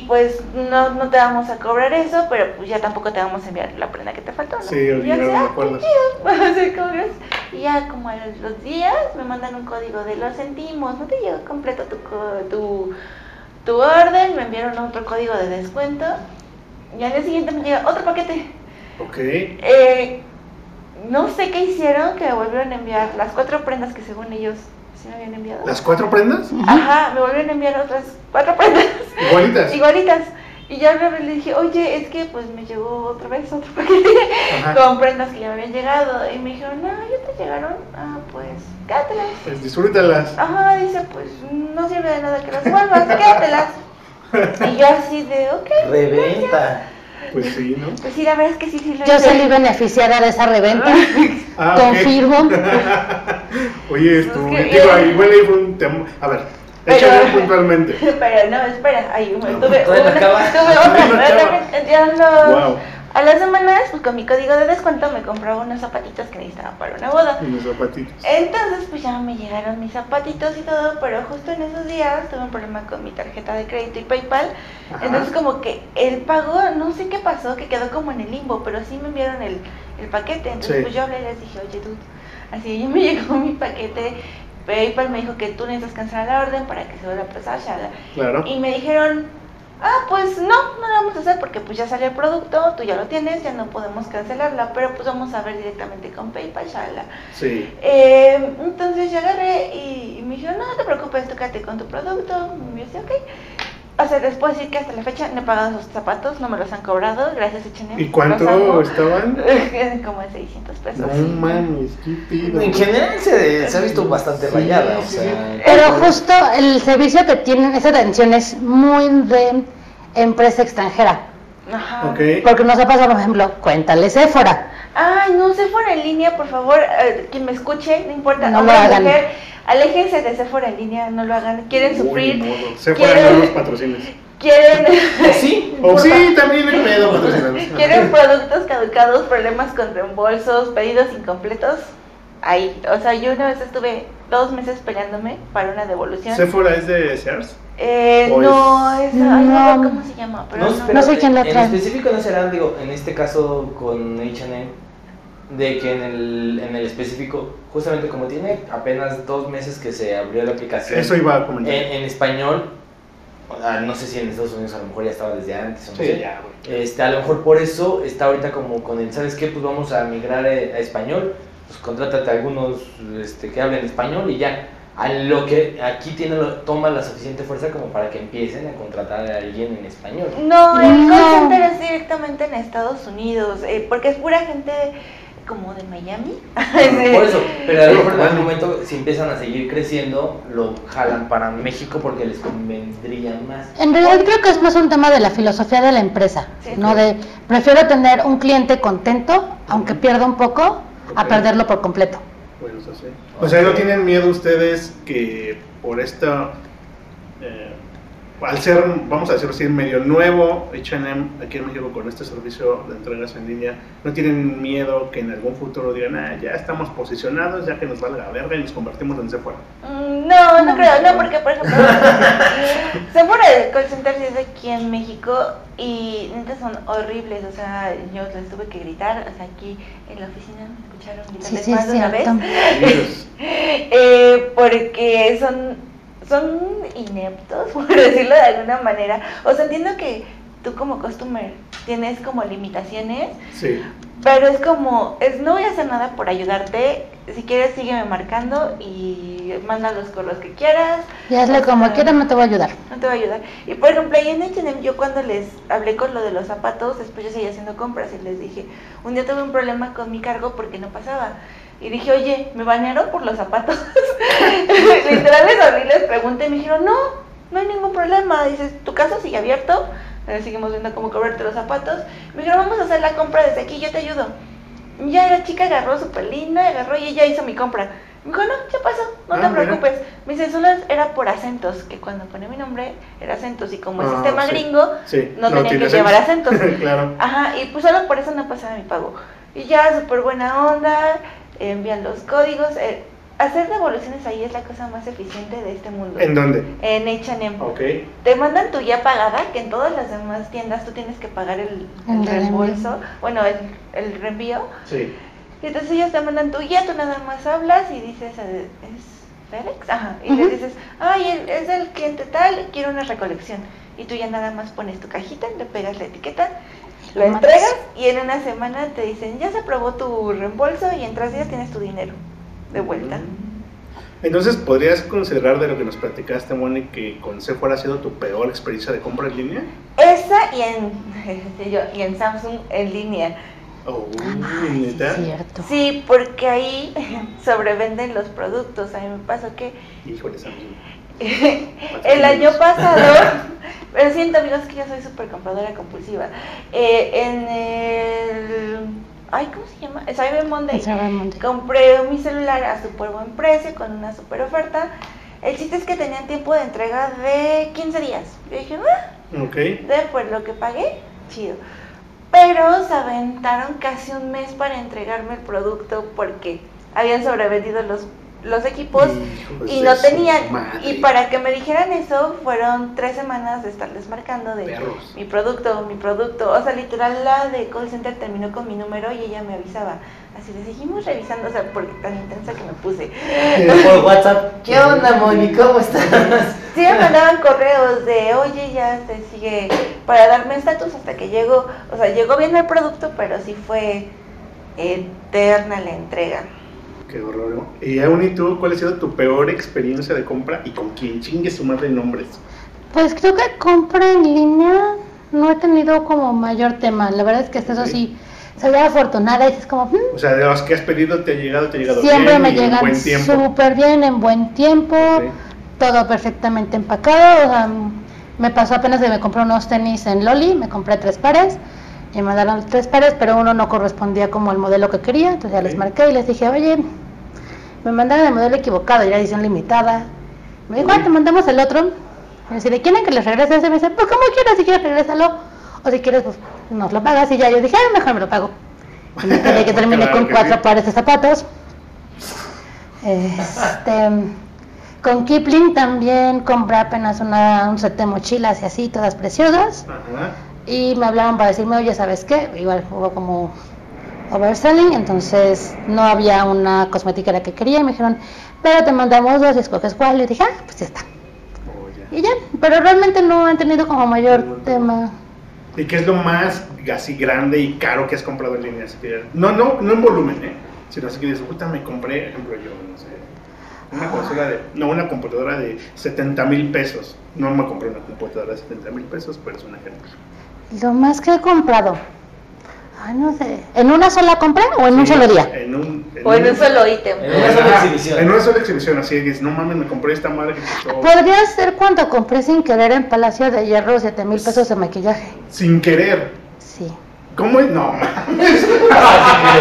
Speaker 3: y pues no, no te vamos a cobrar eso, pero pues ya tampoco te vamos a enviar la prenda que te faltó. ¿no?
Speaker 1: Sí,
Speaker 3: Y yo así,
Speaker 1: olvidaron,
Speaker 3: "Ah,
Speaker 1: ¿de acuerdo?
Speaker 3: o [laughs] sea, como que es- Y ya como a los, los días me mandan un código de lo sentimos, no te llegó completo tu, co- tu, tu orden, me enviaron otro código de descuento y al día siguiente me llega otro paquete.
Speaker 1: Ok.
Speaker 3: Eh, no sé qué hicieron, que me volvieron a enviar las cuatro prendas que según ellos sí me habían enviado.
Speaker 1: ¿Las cuatro prendas?
Speaker 3: Ajá, me volvieron a enviar otras cuatro prendas
Speaker 1: Igualitas.
Speaker 3: igualitas. Y ya le le dije, oye, es que pues me llegó otra vez otro paquete
Speaker 1: Ajá.
Speaker 3: con prendas que ya me habían llegado y me dijeron, no, ya te llegaron, ah, pues quédatelas.
Speaker 1: Pues disfrútalas.
Speaker 3: Ajá, dice, pues no sirve de nada que
Speaker 1: [laughs]
Speaker 3: las vuelvas, quédatelas. Y yo así de, ok,
Speaker 2: Reventa.
Speaker 1: Pues sí, ¿no?
Speaker 3: pues sí, la verdad es que sí, sí lo
Speaker 4: Yo
Speaker 3: hice.
Speaker 4: salí beneficiada de esa reventa,
Speaker 1: Ah, ok.
Speaker 4: confirmo.
Speaker 1: Oye, estuvo
Speaker 3: Es que-
Speaker 1: bien. Digo, ahí igual ahí fue un tema. A ver,
Speaker 3: Pero-
Speaker 1: échale puntualmente.
Speaker 3: [laughs] [laughs] Pero no, espera, ahí me
Speaker 1: No,
Speaker 3: tuve,
Speaker 2: todavía no
Speaker 3: una-
Speaker 2: acaba.
Speaker 1: [laughs]
Speaker 3: tuve otra,
Speaker 1: Todavía no
Speaker 3: pero
Speaker 1: acaba.
Speaker 3: también ya lo-
Speaker 1: Wow.
Speaker 3: A las semanas, pues con mi código de descuento me compraba unos zapatitos que necesitaba para una boda.
Speaker 1: Y mis zapatitos.
Speaker 3: Entonces, pues ya me llegaron mis zapatitos y todo, pero justo en esos días tuve un problema con mi tarjeta de crédito y PayPal.
Speaker 1: Ajá.
Speaker 3: Entonces, como que el pago, no sé qué pasó, que quedó como en el limbo, pero sí me enviaron el, el paquete. Entonces,
Speaker 1: Sí.
Speaker 3: pues yo hablé y les dije, oye, tú, así [laughs] ya me llegó mi paquete. PayPal me dijo que tú necesitas cancelar la orden para que se vuelva a pasar. shala.
Speaker 1: Claro.
Speaker 3: Y me dijeron, ah, pues no, no la vamos a hacer porque pues ya salió el producto, tú ya lo tienes, ya no podemos cancelarla, pero pues vamos a ver directamente con PayPal, shala.
Speaker 1: Sí.
Speaker 3: Eh, entonces yo agarré y, y me dijeron, no te preocupes, tócate con tu producto. Y yo decía, ok. O sea, les puedo decir que hasta la fecha no he pagado sus zapatos, no me los han cobrado, gracias H&M.
Speaker 1: ¿Y
Speaker 3: los
Speaker 1: cuánto
Speaker 3: amo. [laughs]
Speaker 1: estaban?
Speaker 3: Como de 600 pesos.
Speaker 1: No mames, qué pido.
Speaker 2: En general se, se ha visto bastante
Speaker 1: Sí,
Speaker 2: rayada. O
Speaker 1: sí,
Speaker 2: sea,
Speaker 1: sí.
Speaker 2: [laughs]
Speaker 4: Pero justo el servicio que tienen, esa atención es muy de empresa extranjera.
Speaker 3: Ajá.
Speaker 1: Ok.
Speaker 4: Porque nos ha pasado, por ejemplo, cuéntale Sephora.
Speaker 3: Ay, no se fuera en línea, por favor, eh, quien me escuche, no importa,
Speaker 4: No
Speaker 3: hombre,
Speaker 4: lo hagan.
Speaker 3: mujer, aléjense de fuera en línea, no lo hagan, quieren
Speaker 1: Uy,
Speaker 3: sufrir.
Speaker 1: ni modo. Se
Speaker 3: Quiero-
Speaker 1: fueron los patrocinios.
Speaker 3: quieren, [laughs]
Speaker 2: ¿O sí?
Speaker 1: [laughs] O sí, también hay pedo, patrocinados.
Speaker 3: quieren productos caducados, problemas con reembolsos, pedidos incompletos. Ahí, o sea, yo una vez estuve dos meses peleándome para una devolución.
Speaker 1: Sephora es de Sears.
Speaker 3: Eh,
Speaker 1: o
Speaker 3: no, es, ay, no
Speaker 4: No.
Speaker 3: sé cómo se llama, pero no,
Speaker 4: pero- No sé quién la
Speaker 2: En
Speaker 4: trae.
Speaker 2: específico no serán, digo, en este caso con H&M, de que en el, en el específico, justamente como tiene apenas dos meses que se abrió la aplicación,
Speaker 1: Eso iba a
Speaker 2: en,
Speaker 1: comentar.
Speaker 2: en español, ah, no sé si en Estados Unidos a lo mejor ya estaba desde antes o no
Speaker 1: sí,
Speaker 2: sé.
Speaker 1: ya, güey.
Speaker 2: Este, a lo mejor por eso está ahorita como con el, ¿sabes qué? Pues vamos a migrar eh, a español, pues contrátate a algunos este, que hablen español y ya. A lo que aquí tiene, lo- toma la suficiente fuerza como para que empiecen a contratar a alguien en [laughs] español.
Speaker 3: No, el call
Speaker 4: No.
Speaker 3: center es directamente en Estados Unidos, eh, porque es pura gente como de Miami. [laughs]
Speaker 2: Por eso, pero a lo mejor en
Speaker 1: Bueno.
Speaker 2: algún momento si empiezan a seguir creciendo, lo jalan para México porque les convendría más.
Speaker 4: En realidad creo que es más un tema de la filosofía de la empresa,
Speaker 3: Sí.
Speaker 4: ¿no? De prefiero tener un cliente contento, aunque pierda un poco, a
Speaker 1: Ok.
Speaker 4: perderlo por completo.
Speaker 1: Bueno, eso sí. O sea, ¿no tienen miedo ustedes que por esta... eh, al ser, vamos a decirlo así, medio nuevo H&M aquí en México con este servicio de entregas en línea, ¿no tienen miedo que en algún futuro digan, ah, ya estamos posicionados, ya que nos vale la verga y nos convertimos en
Speaker 3: [laughs]
Speaker 1: Sephora?
Speaker 3: Mm, No, no creo, no, porque por
Speaker 4: [laughs]
Speaker 3: ejemplo, eh, Sephora de call center sí es aquí en México y neta son horribles, o sea, yo les tuve que gritar, o sea, aquí en la oficina me escucharon
Speaker 4: Sí,
Speaker 3: gritarles
Speaker 4: sí,
Speaker 3: más
Speaker 4: es
Speaker 3: de una vez, [laughs]
Speaker 4: cierto.
Speaker 1: Ellos,
Speaker 3: eh, porque son, son ineptos, [laughs] por decirlo de alguna manera, o sea, entiendo que tú como customer tienes como limitaciones,
Speaker 1: sí.
Speaker 3: pero es como, es, no voy a hacer nada por ayudarte. Si quieres, sígueme marcando y manda los correos que quieras.
Speaker 4: Y hazle como quieras, no te voy a ayudar.
Speaker 3: No te va a ayudar. Y por ejemplo, ahí en H&M, yo cuando les hablé con lo de los zapatos, después yo seguía haciendo compras y les dije, un día tuve un problema con mi cargo porque no pasaba. Y dije, oye, me banearon por los zapatos. [laughs] Literal les abrí, les pregunté y me dijeron, no, no hay ningún problema. Dices, tu caso sigue abierto, eh, seguimos viendo cómo cobrarte los zapatos. Me dijeron, vamos a hacer la compra desde aquí, yo te ayudo. Y ya la chica agarró súper linda, agarró y ella hizo mi compra. Me dijo, no, ya pasó, no
Speaker 1: Ah,
Speaker 3: te
Speaker 1: mira.
Speaker 3: preocupes. Me dice, solo era por acentos, que cuando pone mi nombre era acentos y como el
Speaker 1: Ah,
Speaker 3: sistema
Speaker 1: sí.
Speaker 3: gringo,
Speaker 1: sí.
Speaker 3: no tenía que
Speaker 1: tiene
Speaker 3: llevar
Speaker 1: sentido.
Speaker 3: acentos.
Speaker 1: [laughs] claro.
Speaker 3: Ajá, y pues solo por eso no pasaba mi pago. Y ya, súper buena onda, envían los códigos. eh, hacer devoluciones ahí es la cosa más eficiente de este mundo.
Speaker 1: ¿En dónde?
Speaker 3: En H&M.
Speaker 1: Ok.
Speaker 3: Te mandan tu guía pagada, que en todas las demás tiendas tú tienes que pagar el, el
Speaker 4: El reenvío.
Speaker 3: reembolso, bueno, el, el reenvío.
Speaker 1: Sí.
Speaker 3: Y entonces ellos te mandan tu guía, tú nada más hablas y dices, eh, ¿es FedEx? Ajá. Y
Speaker 4: Ujú.
Speaker 3: les dices, ay, el- es del cliente tal, quiero una recolección. Y tú ya nada más pones tu cajita, le pegas la etiqueta,
Speaker 4: Lo
Speaker 3: lo
Speaker 4: mandas.
Speaker 3: entregas y en una semana te dicen, ya se aprobó tu reembolso y en tres días tienes tu dinero de vuelta.
Speaker 1: Entonces, ¿podrías considerar de lo que nos platicaste, Moni, que con Sephora ha sido tu peor experiencia de compra en línea?
Speaker 3: Esa y en, [laughs] yo, y en Samsung en línea.
Speaker 1: Oh,
Speaker 4: Ay, sí,
Speaker 1: ¿neta?
Speaker 4: cierto.
Speaker 3: Sí, porque ahí [laughs] sobrevenden los productos. A mí me pasó que [laughs]
Speaker 1: Híjole, Samsung.
Speaker 3: El año pasado, lo siento amigos que yo soy súper compradora compulsiva, Eh, en el, ay, ¿cómo se llama? Cyber Monday.
Speaker 4: It's every Monday.
Speaker 3: Compré mi celular a súper buen precio, con una súper oferta. El chiste es que tenían tiempo de entrega de 15 días. Yo dije, ah,
Speaker 1: Ok.
Speaker 3: entonces, pues lo que pagué, chido. Pero se aventaron casi un mes para entregarme el producto porque habían sobrevendido los, los equipos
Speaker 1: Hijos
Speaker 3: Pues,
Speaker 1: Pues
Speaker 3: y
Speaker 1: de
Speaker 3: no
Speaker 1: su
Speaker 3: tenían.
Speaker 1: madre.
Speaker 3: Y para que me dijeran eso, fueron tres semanas de estarles marcando de
Speaker 1: Perros.
Speaker 3: [laughs] mi producto, mi producto. O sea, literal, la de call center terminó con mi número y ella me avisaba. Así le seguimos revisando, o sea, porque tan intensa que me puse.
Speaker 2: Por
Speaker 3: Eh,
Speaker 2: WhatsApp, ¿qué onda, Moni? ¿Cómo [laughs] estás?
Speaker 3: Sí me mandaban correos de, oye, ya te sigue, para darme estatus hasta que llegó. O sea, llegó bien el producto, pero sí fue eterna la entrega.
Speaker 1: [laughs] Qué horror. ¿no? Y aún y tú, ¿cuál ha sido tu peor experiencia de compra y con quién chingue su madre nombres?
Speaker 4: Pues creo que compra en línea no he tenido como mayor tema. La verdad es que hasta eso
Speaker 1: Ok.
Speaker 4: sí, soy afortunada y es como, "Mm,
Speaker 1: O sea, de los que has pedido, te ha llegado, te ha llegado
Speaker 4: siempre
Speaker 1: bien
Speaker 4: me
Speaker 1: y en
Speaker 4: llegan
Speaker 1: buen tiempo.
Speaker 4: súper bien, en buen tiempo,
Speaker 1: Ok.
Speaker 4: todo perfectamente empacado. o sea, mm, me pasó apenas que me compré unos tenis en Loli, me compré tres pares y me mandaron tres pares, pero uno no correspondía como al modelo que quería. Entonces ya les
Speaker 1: Ok.
Speaker 4: marqué y les dije, oye, me mandaron el modelo equivocado, era edición limitada. Me dijo, ah,
Speaker 1: Ok.
Speaker 4: te mandamos el otro. Y así de, ¿quieren que les regrese ese? Me dice, pues como quieras, si quieres regrésalo. O si quieres, pues nos lo pagas. Y ya yo dije, ah, mejor me lo pago. Y me quedé que terminé
Speaker 1: Claro
Speaker 4: con
Speaker 1: que
Speaker 4: cuatro
Speaker 1: sí.
Speaker 4: pares de zapatos. Este, con Kipling también compré apenas una, un set de mochilas y así, todas preciosas.
Speaker 1: Ajá.
Speaker 4: Y me hablaron para decirme, oye, ¿sabes qué? Igual hubo como overselling, entonces no había una cosmetiquera que quería. Y me dijeron, pero te mandamos dos y escoges cuál. Y dije, ah, pues ya está.
Speaker 1: Oh, ya.
Speaker 4: Y ya, pero realmente no han tenido como mayor
Speaker 1: No, no.
Speaker 4: tema.
Speaker 1: ¿Y qué es lo más así grande y caro que has comprado en línea? Así que, no, no, no en volumen, ¿eh? Sino así que dices, puta, me compré, por ejemplo, yo, no sé,
Speaker 3: Ah.
Speaker 1: una consola de, no, una computadora de 70 mil pesos. No me compré una computadora de 70 mil pesos, pero es un ejemplo.
Speaker 4: Lo más que he comprado. Ay, no sé. ¿En una sola compra o en un
Speaker 1: Sí, eh,
Speaker 4: solo día?
Speaker 1: En un,
Speaker 3: O en un solo ítem.
Speaker 2: En una sola
Speaker 1: Ajá,
Speaker 2: exhibición.
Speaker 1: En una sola exhibición, así que dices, no mames, me compré esta madre que costó
Speaker 4: Podría ser cuando compré sin querer en Palacio de Hierro 7 mil pesos de maquillaje.
Speaker 1: sin querer.
Speaker 4: Sí.
Speaker 1: ¿Cómo es? No, mames.
Speaker 4: [laughs]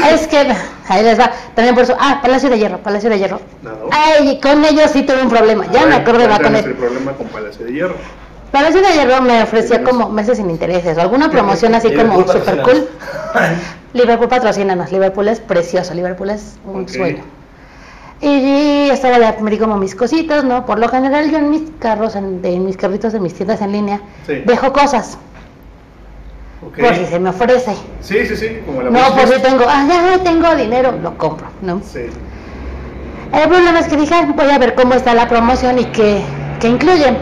Speaker 2: Ah,
Speaker 4: Es que, ahí les va. También por eso. Ah, Palacio de Hierro, Palacio de Hierro.
Speaker 1: Nada.
Speaker 4: Ay, y con ellos sí tuve un problema. Ya
Speaker 1: A
Speaker 4: me
Speaker 1: ver,
Speaker 4: acuerdo va con
Speaker 1: cuéntanos
Speaker 4: él.
Speaker 1: el problema con Palacio de Hierro.
Speaker 4: Palacio de Hierro me ofrecía como meses sin intereses o alguna promoción así como
Speaker 2: Liverpool
Speaker 4: super
Speaker 2: patrocina.
Speaker 4: cool. Liverpool patrocínanos, Liverpool es precioso, Liverpool es un
Speaker 1: Ok.
Speaker 4: sueño. Y estaba ya, me di como mis cositas, ¿no? Por lo general yo en mis carros, en, de- en mis carritos de mis tiendas en línea,
Speaker 1: Sí.
Speaker 4: dejo cosas,
Speaker 1: Ok. pues
Speaker 4: por si se me ofrece.
Speaker 1: Sí, sí, sí, como la
Speaker 4: Pues No, por
Speaker 1: música.
Speaker 4: si tengo, ah, ya tengo dinero, lo compro, ¿no?
Speaker 1: Sí.
Speaker 4: El problema es que dije, "Ay, voy a ver cómo está la promoción y qué, qué incluye.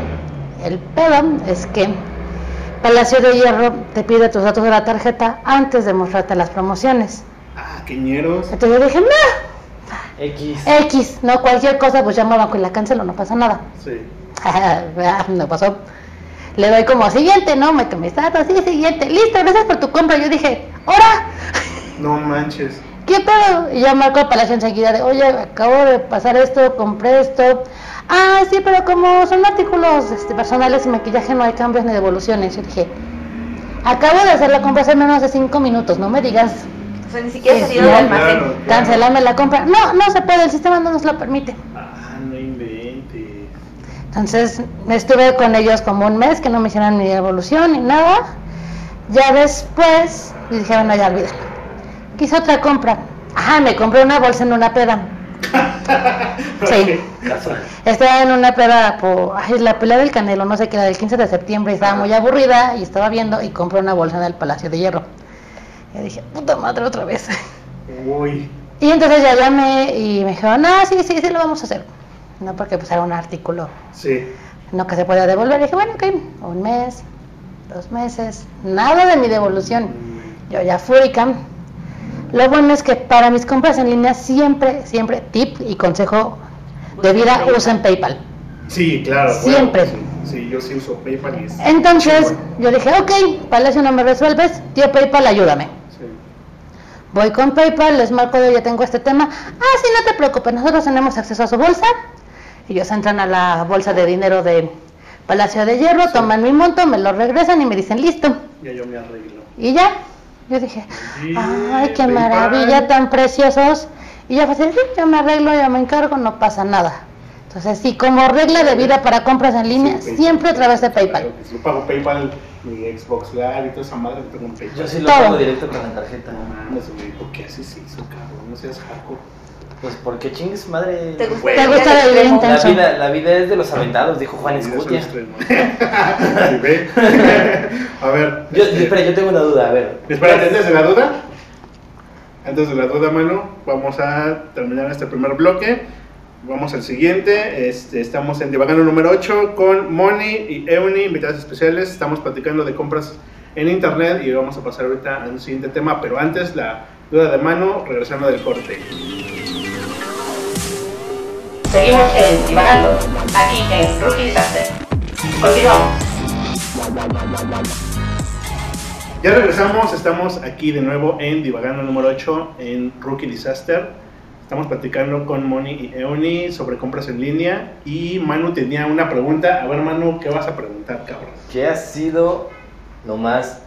Speaker 4: El pedo es que Palacio de Hierro te pide tus datos de la tarjeta antes de mostrarte las promociones.
Speaker 1: Ah, queñeros.
Speaker 4: Entonces yo dije, no,
Speaker 2: X.
Speaker 4: X, no, cualquier cosa, pues llamo al banco y la cancelo, no pasa nada. [laughs]
Speaker 1: Sí.
Speaker 4: Ah, no pasó. Le doy como siguiente, ¿no? Me mis datos, sí, siguiente. Listo, gracias por tu compra. Yo dije, ¡hora!
Speaker 1: No manches.
Speaker 4: ¿Qué pedo? Y ya marco Palacio enseguida de, oye, acabo de pasar esto, compré esto. Ah, sí, pero como son artículos este, personales y maquillaje, no hay cambios ni devoluciones. Yo dije, acabo de hacer la compra hace menos de cinco minutos, no me digas,
Speaker 3: O sea, ni siquiera
Speaker 4: Sí,
Speaker 3: salido del
Speaker 4: sí,
Speaker 3: almacén.
Speaker 1: claro.
Speaker 4: cancelame la compra. No, no se puede, el sistema no nos lo permite.
Speaker 1: Ah, no inventes.
Speaker 4: Entonces estuve con ellos como un mes que no me hicieron ni devolución ni nada. Ya después dije, bueno, ya olvídalo. Quise otra compra. Ajá, me compré una bolsa en una peda. Sí. Estaba en una peda por ay, la pelea del Canelo, no sé qué, la del 15 de septiembre, y estaba muy aburrida y estaba viendo y compré una bolsa en el Palacio de Hierro. Y dije, puta madre, otra vez. [laughs]
Speaker 1: Uy.
Speaker 4: Y entonces ya llamé y me dijeron, ah, sí, sí, sí, lo vamos a hacer. No, porque pues era un artículo
Speaker 1: Sí.
Speaker 4: no que se podía devolver. Y dije, bueno, ok, un mes, dos meses, nada de mi devolución. Yo ya furica. Lo bueno es que para mis compras en línea siempre, siempre, tip y consejo de vida, usen PayPal.
Speaker 1: Sí, claro. bueno,
Speaker 4: Siempre.
Speaker 1: sí, sí, yo sí uso PayPal y es-
Speaker 4: Entonces
Speaker 1: Sí,
Speaker 4: yo dije, ok, Palacio no me resuelves, tío PayPal, ayúdame.
Speaker 1: sí.
Speaker 4: Voy con PayPal, les marco, de, ya tengo este tema. Ah, sí, no te preocupes, nosotros tenemos acceso a su bolsa. Ellos entran a la bolsa de dinero de Palacio de Hierro, toman mi monto, me lo regresan y me dicen, listo.
Speaker 1: Ya yo me arreglo.
Speaker 4: Y ya, yo dije,
Speaker 1: Sí,
Speaker 4: ay, qué
Speaker 1: PayPal.
Speaker 4: maravilla, tan preciosos. Y ya fue así, "Sí, yo me arreglo, yo me encargo, no pasa nada. Entonces, sí, como regla de vida para compras en línea,
Speaker 1: Sí, PayPal.
Speaker 4: siempre a través de
Speaker 1: Claro
Speaker 4: PayPal.
Speaker 1: que sí, yo pago PayPal, mi Xbox Live y toda esa madre, tengo un PayPal.
Speaker 2: Yo sí lo
Speaker 4: Todo.
Speaker 2: pago directo con la tarjeta.
Speaker 1: No mames, güey, ¿por qué haces eso, cabrón? No seas hardcore.
Speaker 2: Pues porque chingues madre.
Speaker 3: ¿Te gusta,
Speaker 1: Güey.
Speaker 4: ¿Te gusta la
Speaker 3: el
Speaker 4: vida
Speaker 3: extremo?
Speaker 2: La
Speaker 4: intensa?
Speaker 2: vida, la vida es de los aventados, dijo Juan
Speaker 1: Eso no [laughs]
Speaker 2: Escutia.
Speaker 1: es tremendo. Sí, ve.
Speaker 2: [laughs]
Speaker 1: A ver.
Speaker 2: Yo,
Speaker 1: este,
Speaker 2: espera, yo tengo una duda, a ver.
Speaker 1: Espérate, antes de la duda, antes de la duda, mano, vamos a terminar este primer bloque. Vamos al siguiente. Este, estamos en Divagando número 8 con Moni y Euni, invitadas especiales. Estamos platicando de compras en internet y vamos a pasar ahorita a un siguiente tema. Pero antes, la duda de mano, regresando del corte.
Speaker 5: Seguimos en Divagando, aquí en Rookie Disaster. Continuamos.
Speaker 1: Ya regresamos, estamos aquí de nuevo en Divagando número 8 en Rookie Disaster. Estamos platicando con Moni y Eoni sobre compras en línea y Manu tenía una pregunta. A ver, Manu, ¿qué vas a preguntar, cabrón?
Speaker 2: ¿Qué ha sido lo más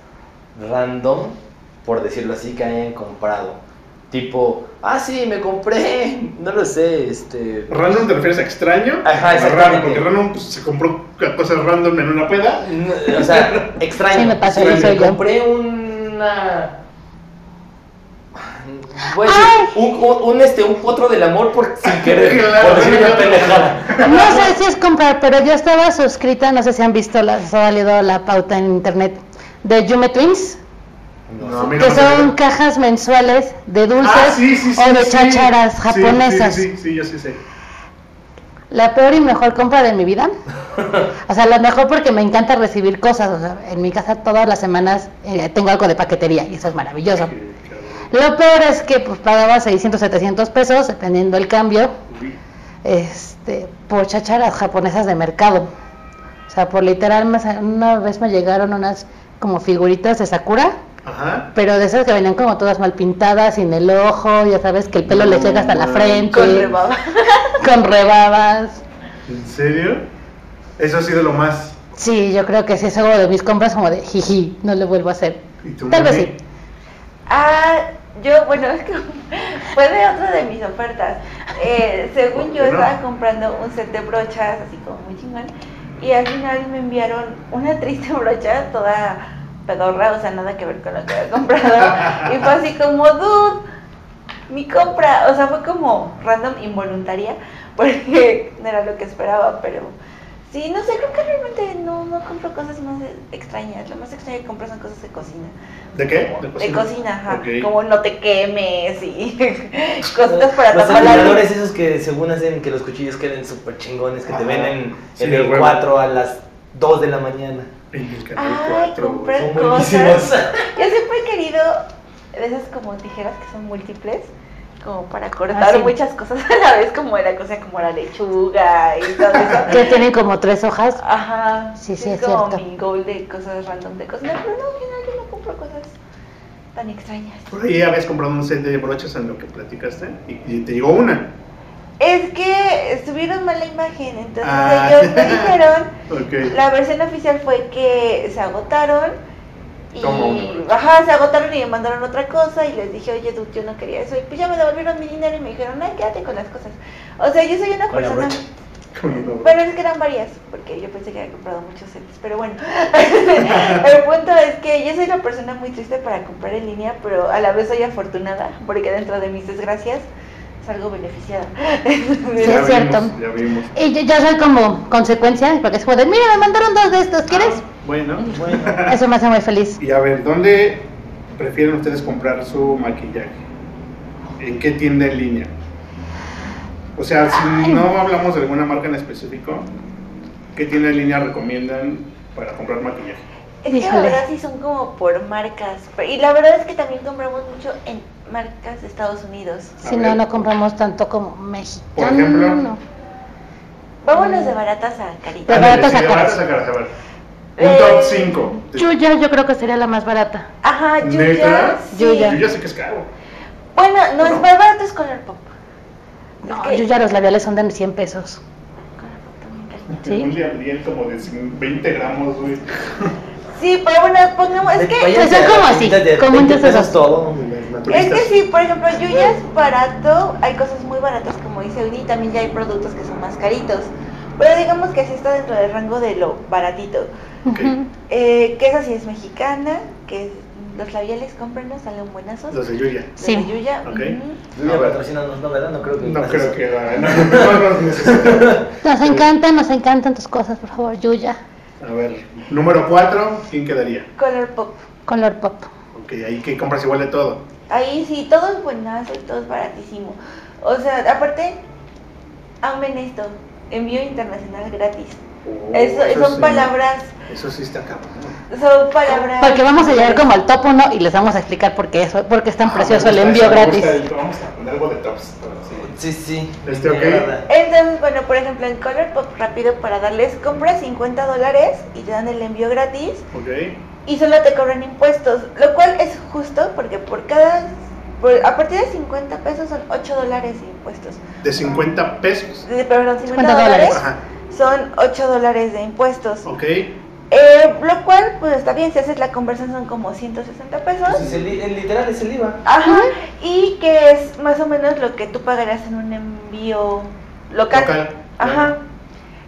Speaker 2: random, por decirlo así, que hayan comprado? Tipo, ah, sí, me compré, [laughs] no lo sé, este.
Speaker 1: Random te refieres a extraño.
Speaker 2: Ajá,
Speaker 1: a
Speaker 2: exactamente.
Speaker 1: raro, porque random pues, se compró cosas random en una peda.
Speaker 2: no,
Speaker 1: [laughs]
Speaker 2: o sea, extraño.
Speaker 4: Sí, me pasó
Speaker 2: Sí,
Speaker 4: eso yo.
Speaker 2: compré una. Voy a decir, un, un, un, este, un potro del amor por, sin
Speaker 1: [laughs]
Speaker 2: querer,
Speaker 1: Claro.
Speaker 2: por decir una pendejada.
Speaker 4: No sé si es comprar, pero yo estaba suscrita, no sé si han visto, la, se ha salido la pauta en internet de Yume Twins,
Speaker 1: No, a mí no
Speaker 4: que
Speaker 1: me
Speaker 4: son
Speaker 1: interesa.
Speaker 4: cajas mensuales de dulces
Speaker 1: Ah, sí, sí, sí,
Speaker 4: o de
Speaker 1: sí.
Speaker 4: chácharas
Speaker 1: Sí,
Speaker 4: japonesas.
Speaker 1: Sí, sí, sí, sí, yo sí sé.
Speaker 4: La peor y mejor compra de
Speaker 1: [laughs]
Speaker 4: mi vida. O sea, la mejor porque me encanta recibir cosas. O sea, en mi casa todas las semanas eh, tengo algo de paquetería y eso es maravilloso. Lo peor es que pues pagaba 600, 700 pesos, dependiendo el cambio,
Speaker 1: Uy.
Speaker 4: este, por chacharas japonesas de mercado. O sea, por literal, me sa- una vez me llegaron unas como figuritas de Sakura,
Speaker 1: Ajá.
Speaker 4: pero de esas que venían como todas mal pintadas, sin el ojo, ya sabes que el pelo le llega hasta la
Speaker 1: No,
Speaker 4: frente,
Speaker 3: Con rebaba.
Speaker 4: con rebabas.
Speaker 1: ¿En serio? Eso ha sido lo más.
Speaker 4: Sí, yo creo que sí, es algo de mis compras como de jiji, no lo vuelvo a hacer.
Speaker 1: ¿Y tú,
Speaker 4: Tal vez
Speaker 1: Moni?
Speaker 4: sí.
Speaker 3: Ah, yo, bueno, es que [laughs] fue de otra de mis ofertas. Eh,
Speaker 1: ¿Por
Speaker 3: según
Speaker 1: qué
Speaker 3: yo
Speaker 1: no?
Speaker 3: estaba comprando un set de brochas, así como muy chingón, y al final me enviaron una triste [laughs] brocha toda pedorra, o sea, nada que ver con lo que
Speaker 1: [laughs]
Speaker 3: había comprado. Y fue así como, dude, mi compra, o sea, fue como random, involuntaria, [laughs] porque no era lo que esperaba, pero sí, no sé, creo que realmente no, no compro cosas más extrañas. Lo más extraño que compro son cosas de cocina.
Speaker 1: ¿De qué?
Speaker 3: De cocina, ajá.
Speaker 1: Ok.
Speaker 3: Como no te quemes y [laughs] cositas para
Speaker 2: Los
Speaker 3: tapar la
Speaker 2: acumuladores
Speaker 3: luz.
Speaker 2: esos que según hacen que los cuchillos queden súper chingones, que te
Speaker 1: Ajá.
Speaker 2: venden
Speaker 1: Sí,
Speaker 2: en
Speaker 1: de
Speaker 2: el
Speaker 1: huevo.
Speaker 2: 4 a las 2 de la mañana.
Speaker 1: En el canal
Speaker 3: Ay,
Speaker 1: 4. güey.
Speaker 3: comprar
Speaker 2: Son buenísimos.
Speaker 3: cosas. [laughs] Yo siempre he querido de esas como tijeras que son múltiples, como para cortar
Speaker 4: Ah, sí.
Speaker 3: muchas cosas [laughs] a la vez, como la cosa como la lechuga y todo
Speaker 4: [laughs] Que
Speaker 1: Eh.
Speaker 3: eso.
Speaker 4: tienen como tres hojas.
Speaker 3: Ajá.
Speaker 4: Sí, sí,
Speaker 3: es,
Speaker 4: es
Speaker 3: como
Speaker 4: cierto.
Speaker 3: mi goal de cosas random de cocina, pero no, en general yo no compro cosas tan extrañas.
Speaker 1: Por ahí habías comprado un set de brochas en lo que platicaste y, y te llegó una.
Speaker 3: Es que subieron mala imagen, entonces
Speaker 1: Ah. [laughs]
Speaker 3: ellos me dijeron
Speaker 1: Ok. [laughs]
Speaker 3: La versión oficial fue que se agotaron y
Speaker 1: Toma una.
Speaker 3: ajá, se agotaron y me mandaron otra cosa y les dije, oye, dude, yo no quería eso. Y pues ya me devolvieron mi dinero y me dijeron, ay, quédate con las cosas. O sea, yo soy una
Speaker 2: Con la
Speaker 3: persona...
Speaker 2: brocha.
Speaker 3: Bueno, es que eran varias, porque yo pensé que había comprado muchos sets, pero bueno. [laughs] el punto es que yo soy una persona muy triste para comprar en línea, pero a la vez soy afortunada, porque dentro de mis desgracias salgo beneficiada. [laughs]
Speaker 4: Sí,
Speaker 1: Ya
Speaker 4: es cierto.
Speaker 1: vimos, Ya vimos.
Speaker 4: Y yo, yo soy como consecuencia, porque es como de, mira, me mandaron dos de estos, ¿quieres?
Speaker 1: Ah, bueno.
Speaker 2: Bueno,
Speaker 1: Ah.
Speaker 4: Eso me hace muy feliz.
Speaker 1: Y a ver, ¿dónde prefieren ustedes comprar su maquillaje? ¿En qué tienda en línea? O sea, si no hablamos de alguna marca en específico, ¿qué tienda en línea recomiendan para comprar maquillaje?
Speaker 3: Es que la
Speaker 4: Híjole.
Speaker 3: verdad sí son como por marcas. pero- Y la verdad es que también compramos mucho en marcas de Estados Unidos.
Speaker 1: A
Speaker 4: Si no,
Speaker 1: ver.
Speaker 4: no compramos tanto como mexicano.
Speaker 1: Por ejemplo.
Speaker 3: Vámonos
Speaker 4: Mm.
Speaker 3: de baratas a caritas.
Speaker 4: Pero
Speaker 1: Ándale,
Speaker 4: baratas
Speaker 1: sí,
Speaker 4: a
Speaker 1: de
Speaker 4: caras.
Speaker 1: baratas a caras, a ver. Un top
Speaker 3: Eh,
Speaker 1: 5.
Speaker 4: Yuya, yo creo que sería la más barata.
Speaker 3: Ajá, Yuya.
Speaker 1: ¿Neta?
Speaker 3: sí.
Speaker 4: Yuya.
Speaker 1: Yo ya sé que es caro.
Speaker 3: Bueno, no, es más barato es Color Pop.
Speaker 4: No,
Speaker 3: Ok.
Speaker 4: Yuya, los labiales son de 100 pesos.
Speaker 1: Un
Speaker 4: ¿Sí?
Speaker 1: liabliel como de 20 gramos, güey.
Speaker 3: Sí, pero bueno, pongamos. Es Pues que,
Speaker 4: Vaya.
Speaker 2: váyanse
Speaker 4: son
Speaker 2: a las
Speaker 4: como así,
Speaker 2: tiendas de
Speaker 4: como
Speaker 2: 20
Speaker 4: muchas
Speaker 2: pesos
Speaker 4: cosas.
Speaker 2: todo.
Speaker 3: es que sí, por ejemplo, Yuya es barato. Hay cosas muy baratas, como dice Uni. También ya hay productos que son más caritos. Pero digamos que sí está dentro del rango de lo baratito.
Speaker 1: Ok.
Speaker 3: Eh, que esa sí es mexicana, que es- los labiales cómprenos, salen buenazos.
Speaker 1: Los de Yuya.
Speaker 3: De
Speaker 4: Sí.
Speaker 3: la Yuya.
Speaker 1: Ok.
Speaker 3: ujú.
Speaker 2: Lluvia
Speaker 1: A ver.
Speaker 2: patrocínanos, no, ¿verdad? No creo que.
Speaker 1: No
Speaker 2: pase
Speaker 1: creo
Speaker 2: eso.
Speaker 1: que la- no, no nos necesita.
Speaker 4: Nos encantan, nos encantan tus cosas, por favor, Yuya.
Speaker 1: A ver, número 4, ¿quién quedaría?
Speaker 3: Color Pop.
Speaker 4: Color Pop.
Speaker 1: Ok, ahí que compras igual de todo.
Speaker 3: Ahí sí, todo es buenazo y todo es baratísimo. O sea, aparte, amen esto. Envío internacional gratis.
Speaker 1: Oh,
Speaker 3: Eso- son
Speaker 1: sí.
Speaker 3: palabras,
Speaker 1: Eso sí está cabrón.
Speaker 3: son palabras.
Speaker 4: Porque vamos a llegar como al top 1 y les vamos a explicar por qué, eso, por qué es tan
Speaker 2: Ah,
Speaker 4: precioso el envío gratis.
Speaker 1: Vamos a poner algo de tops. pero sí.
Speaker 2: Sí, sí.
Speaker 1: Este,
Speaker 2: me
Speaker 1: ok.
Speaker 2: agrada.
Speaker 3: Entonces, bueno, por ejemplo, en Color Pop rápido para darles compras 50 dólares y te dan el envío gratis.
Speaker 1: Ok.
Speaker 3: y solo te cobran impuestos, lo cual es justo porque por cada, por- a partir de 50 pesos son 8 dólares de impuestos.
Speaker 1: De 50 pesos.
Speaker 3: De- Perdón, 50
Speaker 4: dólares.
Speaker 3: dólares
Speaker 1: Ajá.
Speaker 3: son 8 dólares de impuestos.
Speaker 1: Ok.
Speaker 3: Eh, lo cual, pues está bien, si haces la conversión son como 160 pesos.
Speaker 2: Pues es el, el literal es el IVA.
Speaker 3: Ajá, y que es más o menos lo que tú pagarás en un envío local.
Speaker 1: Local,
Speaker 3: Ajá.
Speaker 1: claro.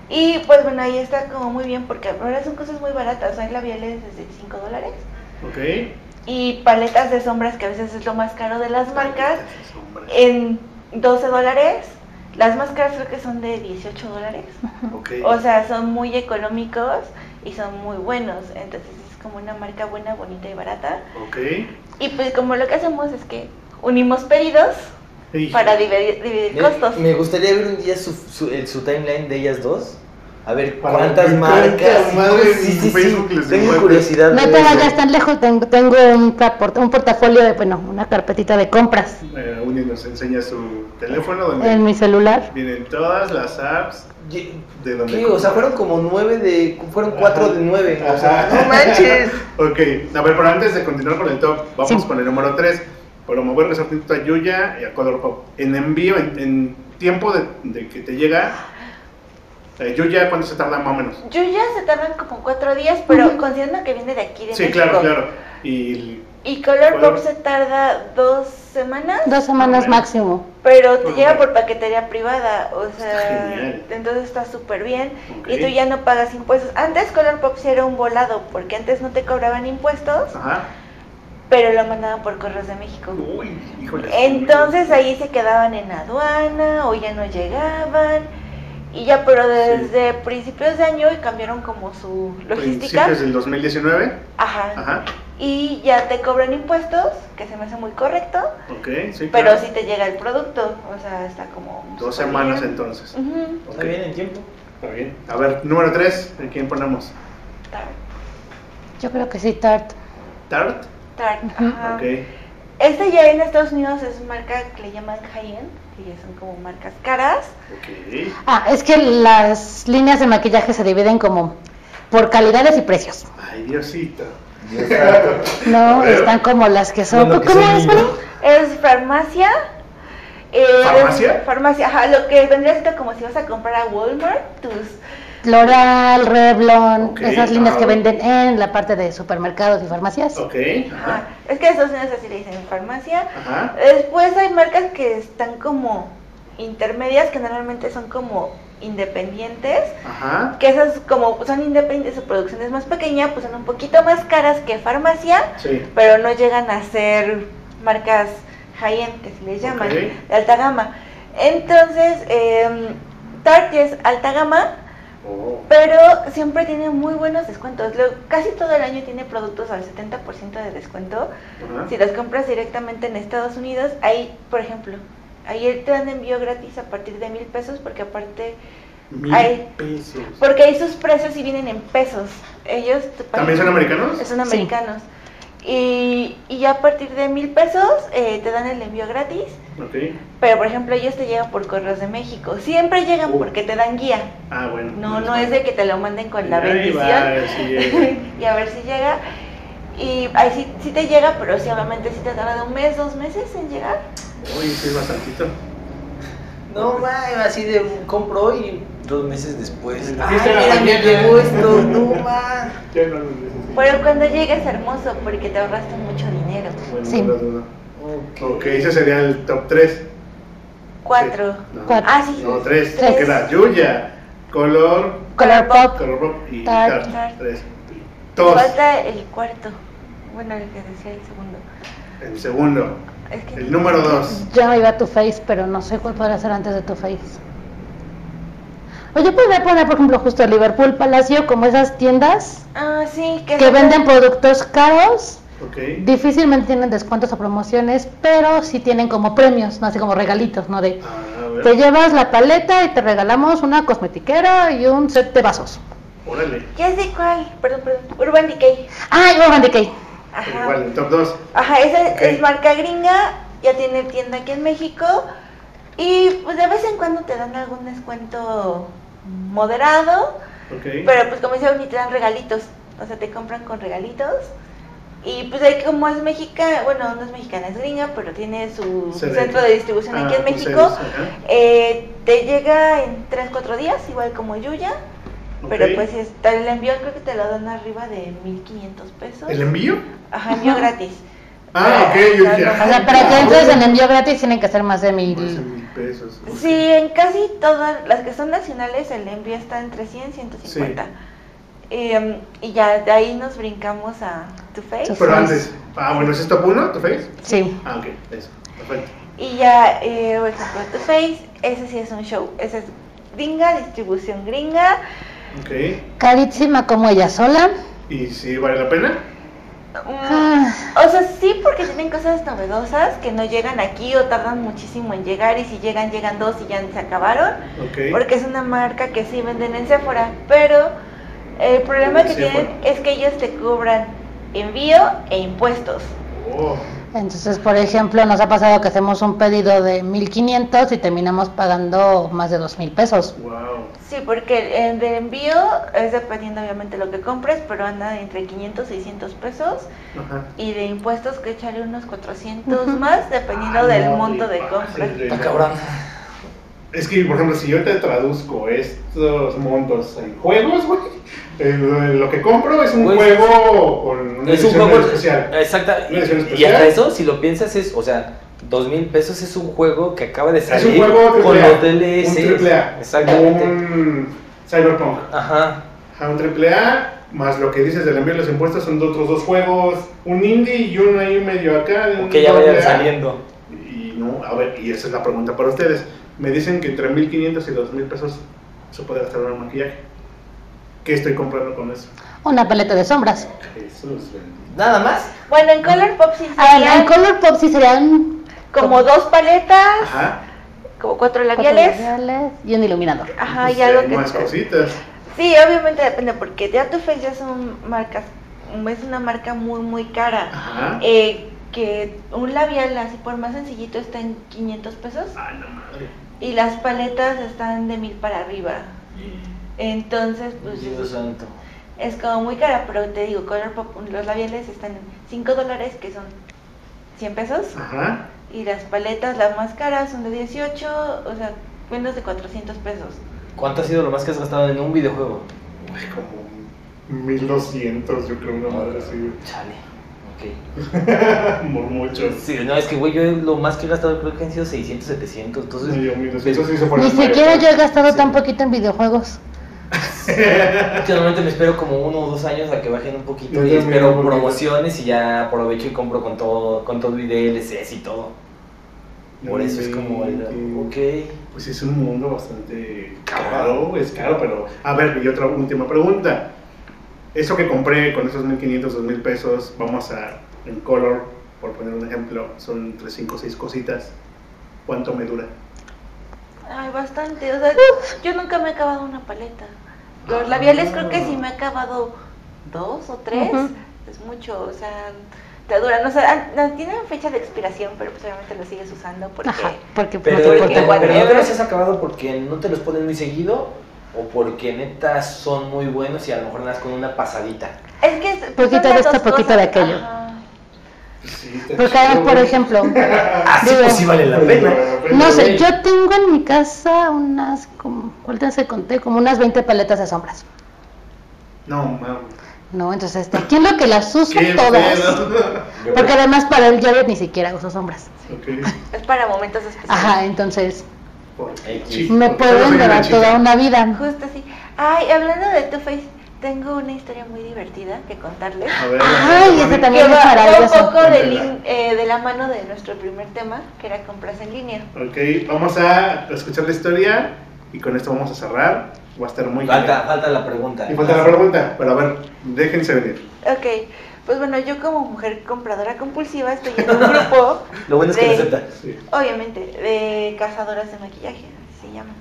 Speaker 3: Y pues bueno, ahí está como muy bien porque ahora son cosas muy baratas. Hay labiales desde 5 dólares
Speaker 1: Ok.
Speaker 3: y paletas de sombras que a veces es lo más caro de las marcas
Speaker 1: Eh,
Speaker 3: en 12 dólares. Las máscaras creo que son de 18 dólares.
Speaker 1: Ok.
Speaker 3: O sea, son muy económicos y son muy buenos. Entonces es como una marca buena, bonita y barata.
Speaker 1: Ok.
Speaker 3: Y pues como lo que hacemos es que unimos pedidos
Speaker 1: Y-
Speaker 3: para dividir, dividir
Speaker 2: Me-
Speaker 3: costos.
Speaker 2: Me gustaría ver un día su, su- el- su timeline de ellas dos. A ver
Speaker 1: Para
Speaker 2: cuántas
Speaker 1: ver
Speaker 2: marcas.
Speaker 1: cuántas madres
Speaker 2: Sí,
Speaker 1: en
Speaker 2: sí,
Speaker 1: Facebook
Speaker 2: sí.
Speaker 1: les
Speaker 2: Tengo
Speaker 1: encuentran.
Speaker 2: curiosidad.
Speaker 4: No
Speaker 2: de
Speaker 4: te
Speaker 2: eso.
Speaker 4: vayas tan lejos, ten- tengo un, tapor- un portafolio de, bueno, una carpetita de compras
Speaker 1: Eh, Uni nos enseña su teléfono donde
Speaker 4: en mi celular.
Speaker 1: vienen todas las apps
Speaker 2: Ye-
Speaker 1: de donde.
Speaker 2: ¿Qué? O sea, fueron como nueve de. Fueron cuatro
Speaker 1: Ajá.
Speaker 2: de nueve. O sea,
Speaker 1: Ajá.
Speaker 2: no manches.
Speaker 1: Ok, a ver, pero antes de continuar con el top, vamos
Speaker 4: Sí.
Speaker 1: con el número 3. Promover resortito a Yuya y a Color Pop. En envío, en, en tiempo de, de que te llega. eh, Yuya, ¿cuánto se tarda más o menos?
Speaker 3: Yuya se tardan como cuatro días, pero considerando que viene de aquí de
Speaker 1: Sí,
Speaker 3: México.
Speaker 1: claro, claro. Y
Speaker 3: Y Color
Speaker 1: Color-
Speaker 3: Pop se tarda dos semanas,
Speaker 4: Dos semanas
Speaker 1: Ok.
Speaker 4: máximo.
Speaker 3: pero te
Speaker 1: Muy
Speaker 3: llega
Speaker 1: bien.
Speaker 3: por paquetería privada, o sea,
Speaker 1: genial.
Speaker 3: entonces está súper bien
Speaker 1: Ok.
Speaker 3: y tú ya no pagas impuestos. Antes Color Pop sí era un volado, porque antes no te cobraban impuestos,
Speaker 1: Ajá.
Speaker 3: pero lo mandaban por correos de México.
Speaker 1: Ah. Uy, híjole.
Speaker 3: Entonces ahí se quedaban en aduana o ya no llegaban. Y ya, pero desde principios de año cambiaron como su logística.
Speaker 1: Principios del 2019.
Speaker 3: Ajá.
Speaker 1: Ajá.
Speaker 3: Y ya te cobran impuestos, que se me hace muy correcto,
Speaker 1: Ok, sí.
Speaker 3: pero
Speaker 1: claro.
Speaker 3: si te llega el producto, o sea, está como...
Speaker 1: Dos
Speaker 3: súper
Speaker 1: semanas
Speaker 3: bien.
Speaker 1: entonces.
Speaker 3: Ujú.
Speaker 1: Ok,
Speaker 2: Está bien en tiempo.
Speaker 1: Está bien. A ver, número 3. ¿A quién ponemos?
Speaker 3: Tart,
Speaker 4: Yo creo que sí, Tart.
Speaker 1: Tart.
Speaker 3: tart, ajá.
Speaker 1: Ok.
Speaker 3: Esta ya en Estados Unidos es marca que le llaman high-end, que ya son como marcas caras.
Speaker 1: Ok.
Speaker 4: Ah, es que las líneas de maquillaje se dividen como por calidades y precios.
Speaker 1: Ay, Diosito.
Speaker 4: No,
Speaker 1: Pero-
Speaker 4: están como las que son.
Speaker 2: Bueno, pues, que
Speaker 4: ¿Cómo
Speaker 2: soy
Speaker 4: es,
Speaker 2: niño.
Speaker 4: Fran?
Speaker 3: Es farmacia. eh,
Speaker 1: ¿Farmacia?
Speaker 3: Farmacia, ajá, lo que vendría siendo como si vas a comprar a Walmart tus...
Speaker 4: L'Oreal, Revlon,
Speaker 1: Ok,
Speaker 4: esas líneas que
Speaker 1: ajá.
Speaker 4: venden en la parte de supermercados y farmacias.
Speaker 1: Ok. Ajá.
Speaker 3: ajá, es que en Estados Unidos así le dicen farmacia.
Speaker 1: Ajá.
Speaker 3: Después hay marcas que están como intermedias, que normalmente son como independientes,
Speaker 1: Ajá.
Speaker 3: que esas como son independientes, su producción es más pequeña, pues son un poquito más caras que farmacia,
Speaker 1: Sí.
Speaker 3: pero no llegan a ser marcas high-end, que se les llaman,
Speaker 1: Ok.
Speaker 3: de alta gama. Entonces, eh, Tarte es alta gama,
Speaker 1: Oh.
Speaker 3: pero siempre tiene muy buenos descuentos. Lo- casi todo el año tiene productos al 70% de descuento.
Speaker 1: Ajá.
Speaker 3: Si las compras directamente en Estados Unidos, ahí, por ejemplo, ayer te dan envío gratis a partir de mil pesos, porque aparte,
Speaker 1: Mil
Speaker 3: Ay.
Speaker 1: pesos.
Speaker 3: porque ahí sus precios sí vienen en pesos. Ellos te
Speaker 1: ¿También son americanos?
Speaker 3: son americanos. Y, y ya a partir de mil pesos eh, te dan el envío gratis.
Speaker 1: Ok.
Speaker 3: Pero por ejemplo, ellos te llegan por correos de México. Siempre llegan
Speaker 1: Uh.
Speaker 3: porque te dan guía.
Speaker 1: Ah, bueno.
Speaker 3: No, no es de que te lo manden con la
Speaker 1: Ahí va,
Speaker 3: bendición.
Speaker 1: sí, eh.
Speaker 3: [laughs] y a ver si llega. Y ahí sí, sí te llega, pero sí, obviamente sí te tarda un mes, dos meses en llegar.
Speaker 1: Uy, sí, es bastantito.
Speaker 2: No, mames, así de compro hoy y dos meses después.
Speaker 1: Sí,
Speaker 2: Ay,
Speaker 1: sí,
Speaker 2: mira,
Speaker 1: sí.
Speaker 2: me llegó esto. No, mames.
Speaker 1: Ya no lo necesito.
Speaker 3: Pero cuando llegues, hermoso, porque te ahorraste mucho dinero.
Speaker 1: Bueno,
Speaker 4: Sí.
Speaker 1: no lo dudo.
Speaker 2: Ok.
Speaker 1: Ok, ese sería el top 3.
Speaker 3: Cuatro.
Speaker 1: No,
Speaker 4: Cuatro.
Speaker 3: Ah, sí.
Speaker 1: No, 3.
Speaker 4: Tres.
Speaker 1: Porque era Yuya, Color,
Speaker 4: Color Pop.
Speaker 1: Color Pop y
Speaker 4: Tart.
Speaker 1: Tart. 3. Tos.
Speaker 3: Falta el cuarto. Bueno, el que decía el segundo.
Speaker 1: El segundo.
Speaker 3: Es que
Speaker 1: El número 2.
Speaker 4: Ya me iba a tu face, pero no sé cuál podría ser antes de tu face. O yo podría pues poner, por ejemplo, justo Liverpool Palacio, como esas tiendas
Speaker 3: Ah, sí, que,
Speaker 4: que venden productos caros.
Speaker 1: Ok.
Speaker 4: Difícilmente tienen descuentos o promociones, pero sí tienen como premios, no así como regalitos, ¿no? De
Speaker 1: Ah, A
Speaker 4: te
Speaker 1: ver.
Speaker 4: llevas la paleta y te regalamos una cosmetiquera y un set de vasos.
Speaker 1: Órale.
Speaker 3: Ya sé cuál. Perdón, perdón. Urban Decay.
Speaker 4: Ah, y Urban Decay.
Speaker 3: Ajá.
Speaker 1: Igual, el top 2.
Speaker 3: Ajá, esa
Speaker 1: Ok.
Speaker 3: es marca gringa. Ya tiene tienda aquí en México. Y pues de vez en cuando te dan algún descuento moderado.
Speaker 1: Ok.
Speaker 3: Pero pues como dice Oni, te dan regalitos. O sea, te compran con regalitos. Y pues ahí como es mexicana, bueno, no es mexicana, es gringa, pero tiene su
Speaker 1: Se ve.
Speaker 3: centro de distribución aquí
Speaker 1: Ah,
Speaker 3: pues, en
Speaker 1: con
Speaker 3: México.
Speaker 1: seis, ajá.
Speaker 3: Eh, te llega en 3-4 días, igual como Yuya. Pero
Speaker 1: Ok.
Speaker 3: pues está el envío creo que te lo dan arriba de 1500 pesos.
Speaker 1: ¿El em- envío?
Speaker 3: Ajá,
Speaker 1: [laughs]
Speaker 3: envío gratis.
Speaker 1: Ah, ok, yo dije,
Speaker 4: O sea, para
Speaker 1: Ah,
Speaker 4: que entres en envío gratis tienen que ser más de mil.
Speaker 1: mil pesos. ok.
Speaker 3: Sí, en casi todas las que son nacionales el envío está entre 100 y 150. Em, y ya de ahí nos brincamos a Tu Face.
Speaker 1: Pero antes, ah, bueno, ¿es esto uno, tu face?
Speaker 4: Sí.
Speaker 1: Ah, ok, eso, perfecto.
Speaker 3: Y ya, eh, por ejemplo, Tu Face, ese sí es un show. Ese es gringa, distribución gringa.
Speaker 1: Ok,
Speaker 4: Carísima como ella sola.
Speaker 1: ¿y si vale la pena?
Speaker 3: Mm,
Speaker 4: Ah,
Speaker 3: O sea, sí, porque tienen cosas novedosas que no llegan aquí o tardan muchísimo en llegar. Y si llegan, llegan dos y ya se acabaron.
Speaker 1: Ok,
Speaker 3: porque es una marca que sí venden en Sephora, pero el problema que tienen es que ellos te cobran envío e impuestos.
Speaker 1: oh,
Speaker 4: Entonces, por ejemplo, nos ha pasado que hacemos un pedido de 1500 y terminamos pagando más de 2000 pesos.
Speaker 1: wow,
Speaker 3: Sí, porque el de envío es dependiendo obviamente lo que compres, pero anda entre 500 y 600 pesos
Speaker 1: ajá.
Speaker 3: y de impuestos que echarle unos 400
Speaker 4: Ujú.
Speaker 3: más dependiendo
Speaker 1: Ah,
Speaker 3: del
Speaker 1: no,
Speaker 3: monto de
Speaker 1: sí,
Speaker 3: compra.
Speaker 1: sí,
Speaker 2: Está cabrón.
Speaker 1: Es que, por ejemplo, si yo te traduzco estos montos en juegos, güey, eh, lo que compro es un
Speaker 2: Güey,
Speaker 1: juego con una
Speaker 2: Pues, Es un
Speaker 1: edición
Speaker 2: juego
Speaker 1: especial.
Speaker 2: Exacta.
Speaker 1: Una edición
Speaker 2: Y
Speaker 1: especial.
Speaker 2: hasta eso, si lo piensas, es, o sea, dos mil pesos es un juego que acaba de
Speaker 1: Es
Speaker 2: salir
Speaker 1: un juego triple
Speaker 2: con
Speaker 1: A,
Speaker 2: los DLCs.
Speaker 1: Un triple A.
Speaker 2: Exactamente.
Speaker 1: Un Cyberpunk.
Speaker 2: Ajá.
Speaker 1: A un triple A, más lo que dices del envío de los impuestos son de otros dos juegos, un indie y uno ahí medio acá. de un
Speaker 2: O que ya vayan
Speaker 1: doble A.
Speaker 2: saliendo.
Speaker 1: Y no, a ver, y esa es la pregunta para ustedes. Me dicen que entre 1500 y 2000 pesos se puede gastar en un maquillaje. ¿Qué estoy comprando con eso?
Speaker 4: Una paleta de sombras.
Speaker 1: Jesús bendito.
Speaker 2: Nada más.
Speaker 3: Bueno, en Color Pop sí
Speaker 4: Ah, en- en
Speaker 3: serían
Speaker 4: Color Pop sí serían
Speaker 3: como dos paletas,
Speaker 1: Ajá.
Speaker 3: como cuatro
Speaker 4: cuatro
Speaker 3: labiales.
Speaker 4: labiales y un iluminador.
Speaker 3: Ajá,
Speaker 1: pues,
Speaker 3: y algo
Speaker 1: hay
Speaker 3: que
Speaker 1: Más cositas.
Speaker 3: Sí, obviamente depende, porque ya tu Face ya son marcas, es una marca muy, muy cara.
Speaker 1: Ajá.
Speaker 3: Eh, que un labial así por más sencillito está en 500 pesos
Speaker 1: Ah, la madre.
Speaker 3: y las paletas están de mil para arriba. Entonces, pues
Speaker 2: Dios santo.
Speaker 3: es como muy cara, pero te digo, Color Pop, los labiales están en 5 dólares, que son 100 pesos,
Speaker 1: Ajá.
Speaker 3: y las paletas, las más caras, son de 18, o sea, menos de 400 pesos.
Speaker 2: ¿Cuánto ha sido lo más que has gastado en un videojuego?
Speaker 1: Güey, como 1200, yo creo, una madre así. [laughs]
Speaker 2: Chale. Ok.
Speaker 1: Por mucho.
Speaker 2: Sí, no, es que, güey, yo lo más que he gastado creo que han sido 600, 700.
Speaker 1: No,
Speaker 2: Entonces,
Speaker 1: yo 1200 sí se fueron
Speaker 4: Ni
Speaker 1: Mario
Speaker 4: siquiera
Speaker 1: Kart.
Speaker 4: yo he gastado
Speaker 2: Sí.
Speaker 4: tan poquito en videojuegos.
Speaker 2: últimamente me espero como uno o dos años a que bajen un
Speaker 1: Yo
Speaker 2: poquito y
Speaker 1: también,
Speaker 2: espero
Speaker 1: porque-
Speaker 2: promociones y ya aprovecho y compro con todo, con todo y DLCs y todo. Por eso es como el. Ok.
Speaker 1: Pues es un mundo bastante
Speaker 2: Caro.
Speaker 1: caro, es caro, pero... A ver, y otra última pregunta. Eso que compré con esos 1500, 2000 pesos, vamos a... En color, por poner un ejemplo, son entre 5 o 6 cositas. ¿Cuánto me dura?
Speaker 3: Ay, bastante. O sea, yo nunca me he acabado una paleta. Los labiales creo que sí me he acabado dos o tres.
Speaker 4: Ujú.
Speaker 3: Es mucho, o sea, te duran. O sea, ah, no, tienen fecha de expiración, pero pues obviamente lo sigues usando porque...
Speaker 4: Ajá, porque
Speaker 2: Pero,
Speaker 4: no te
Speaker 2: pero
Speaker 4: cortan.
Speaker 2: no
Speaker 3: guardia.
Speaker 2: te los has acabado porque no te los ponen muy seguido o porque neta son muy buenos y a lo mejor nada más con una pasadita.
Speaker 3: Es que... es- pues, son
Speaker 4: Poquito de
Speaker 3: las
Speaker 4: esto,
Speaker 3: dos
Speaker 4: poquito de aquello.
Speaker 3: Ajá.
Speaker 2: Pues
Speaker 1: Sí, está
Speaker 4: Porque
Speaker 1: chido,
Speaker 4: además, Pues por
Speaker 1: güey.
Speaker 4: ejemplo,
Speaker 2: Así
Speaker 4: Digo,
Speaker 2: pues sí [laughs] vale la pena.
Speaker 4: no sé, yo tengo en mi casa unas, como, ¿cuántas se conté? Como unas 20 paletas de sombras.
Speaker 1: No, mames.
Speaker 4: No, entonces, este, aquí en lo que las uso
Speaker 1: ¿Qué
Speaker 4: todas.
Speaker 1: pedo?
Speaker 2: Yo
Speaker 4: Porque
Speaker 2: creo-
Speaker 4: además para el diario ni siquiera uso sombras.
Speaker 1: [laughs] Ok.
Speaker 3: Es para momentos especiales.
Speaker 4: Ajá, entonces
Speaker 1: Porque
Speaker 2: X.
Speaker 1: sí,
Speaker 4: me
Speaker 1: porque
Speaker 4: puedo
Speaker 1: soy una
Speaker 4: llevar
Speaker 1: chica.
Speaker 4: toda una vida.
Speaker 3: Justo así. Ay, hablando de tu face, tengo una historia muy divertida que contarles.
Speaker 1: A ver,
Speaker 4: Ay,
Speaker 1: a ver,
Speaker 4: ese
Speaker 1: a ver.
Speaker 4: también
Speaker 3: que
Speaker 4: es
Speaker 3: va- va un
Speaker 4: maravilloso.
Speaker 3: poco del
Speaker 1: Ah, Cuéntela.
Speaker 3: in- eh, de la mano de nuestro primer tema, que era compras en línea.
Speaker 1: Ok, vamos a escuchar la historia y con esto vamos a cerrar. Va a estar muy
Speaker 2: Falta, falta la pregunta.
Speaker 1: genial. Y falta la pregunta, pero a ver, déjense venir.
Speaker 3: Ok, pues bueno, yo como mujer compradora compulsiva estoy en un
Speaker 1: [laughs]
Speaker 3: grupo,
Speaker 2: Lo bueno es que
Speaker 3: Sí.
Speaker 2: lo acepta.
Speaker 1: Sí.
Speaker 3: obviamente, de cazadoras de maquillaje, así se llaman.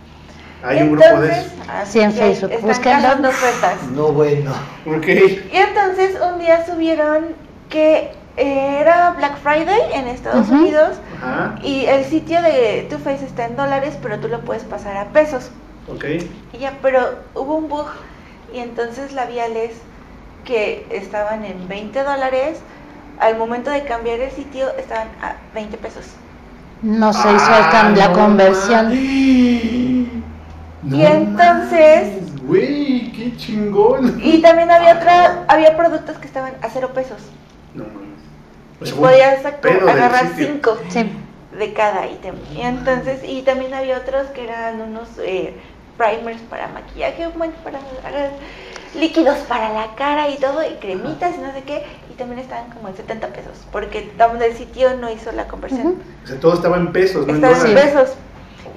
Speaker 1: Hay un grupo de eso.
Speaker 3: así
Speaker 4: Sí, en
Speaker 3: que
Speaker 4: Facebook,
Speaker 3: Están
Speaker 4: búsquenlo.
Speaker 3: cazando ofertas.
Speaker 2: No, bueno.
Speaker 1: Ok.
Speaker 3: Y entonces un día subieron que eh, era Black Friday en Estados
Speaker 4: Ujú.
Speaker 3: Unidos
Speaker 1: Ajá.
Speaker 3: y el sitio de Too Faced está en dólares, pero tú lo puedes pasar a pesos.
Speaker 1: Ok.
Speaker 3: Y ya, pero hubo un bug y entonces labiales que estaban en 20 dólares, al momento de cambiar el sitio estaban a 20 pesos.
Speaker 4: No se hizo el
Speaker 1: Ah,
Speaker 4: cam- la
Speaker 1: no
Speaker 4: conversión.
Speaker 1: mames.
Speaker 3: Y entonces,
Speaker 1: mames, Güey, qué chingón.
Speaker 3: Y también había
Speaker 1: Ah.
Speaker 3: otra, había productos que estaban a cero pesos.
Speaker 1: No mames.
Speaker 3: Y
Speaker 1: Según
Speaker 3: podías sac-
Speaker 1: Pues pedo del
Speaker 3: agarrar
Speaker 1: sitio.
Speaker 3: cinco
Speaker 4: Sí.
Speaker 3: de cada ítem. Y entonces, y también había otros que eran unos eh, primers para maquillaje, bueno, para para líquidos para la cara y todo, y cremitas y no sé qué, y también estaban como en 70 pesos, porque tam- el sitio no hizo la conversión.
Speaker 4: Ujú.
Speaker 1: O sea, todo estaba en pesos, ¿no?
Speaker 3: Estaban en
Speaker 1: dólares.
Speaker 3: pesos.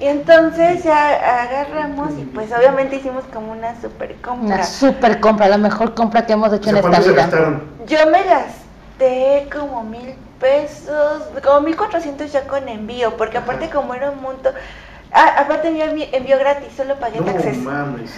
Speaker 3: Y entonces ya agarramos y pues obviamente hicimos como una super compra.
Speaker 4: Una super compra, la mejor compra que hemos
Speaker 1: O sea,
Speaker 4: hecho en esta
Speaker 1: ¿cuánto se
Speaker 4: vida.
Speaker 1: gastaron?
Speaker 3: Yo me gasté como mil pesos, como mil cuatrocientos ya con envío, porque aparte
Speaker 1: Ajá.
Speaker 3: como era un monto, ah, aparte envío, envío gratis, solo pagué taxes.
Speaker 1: No mames.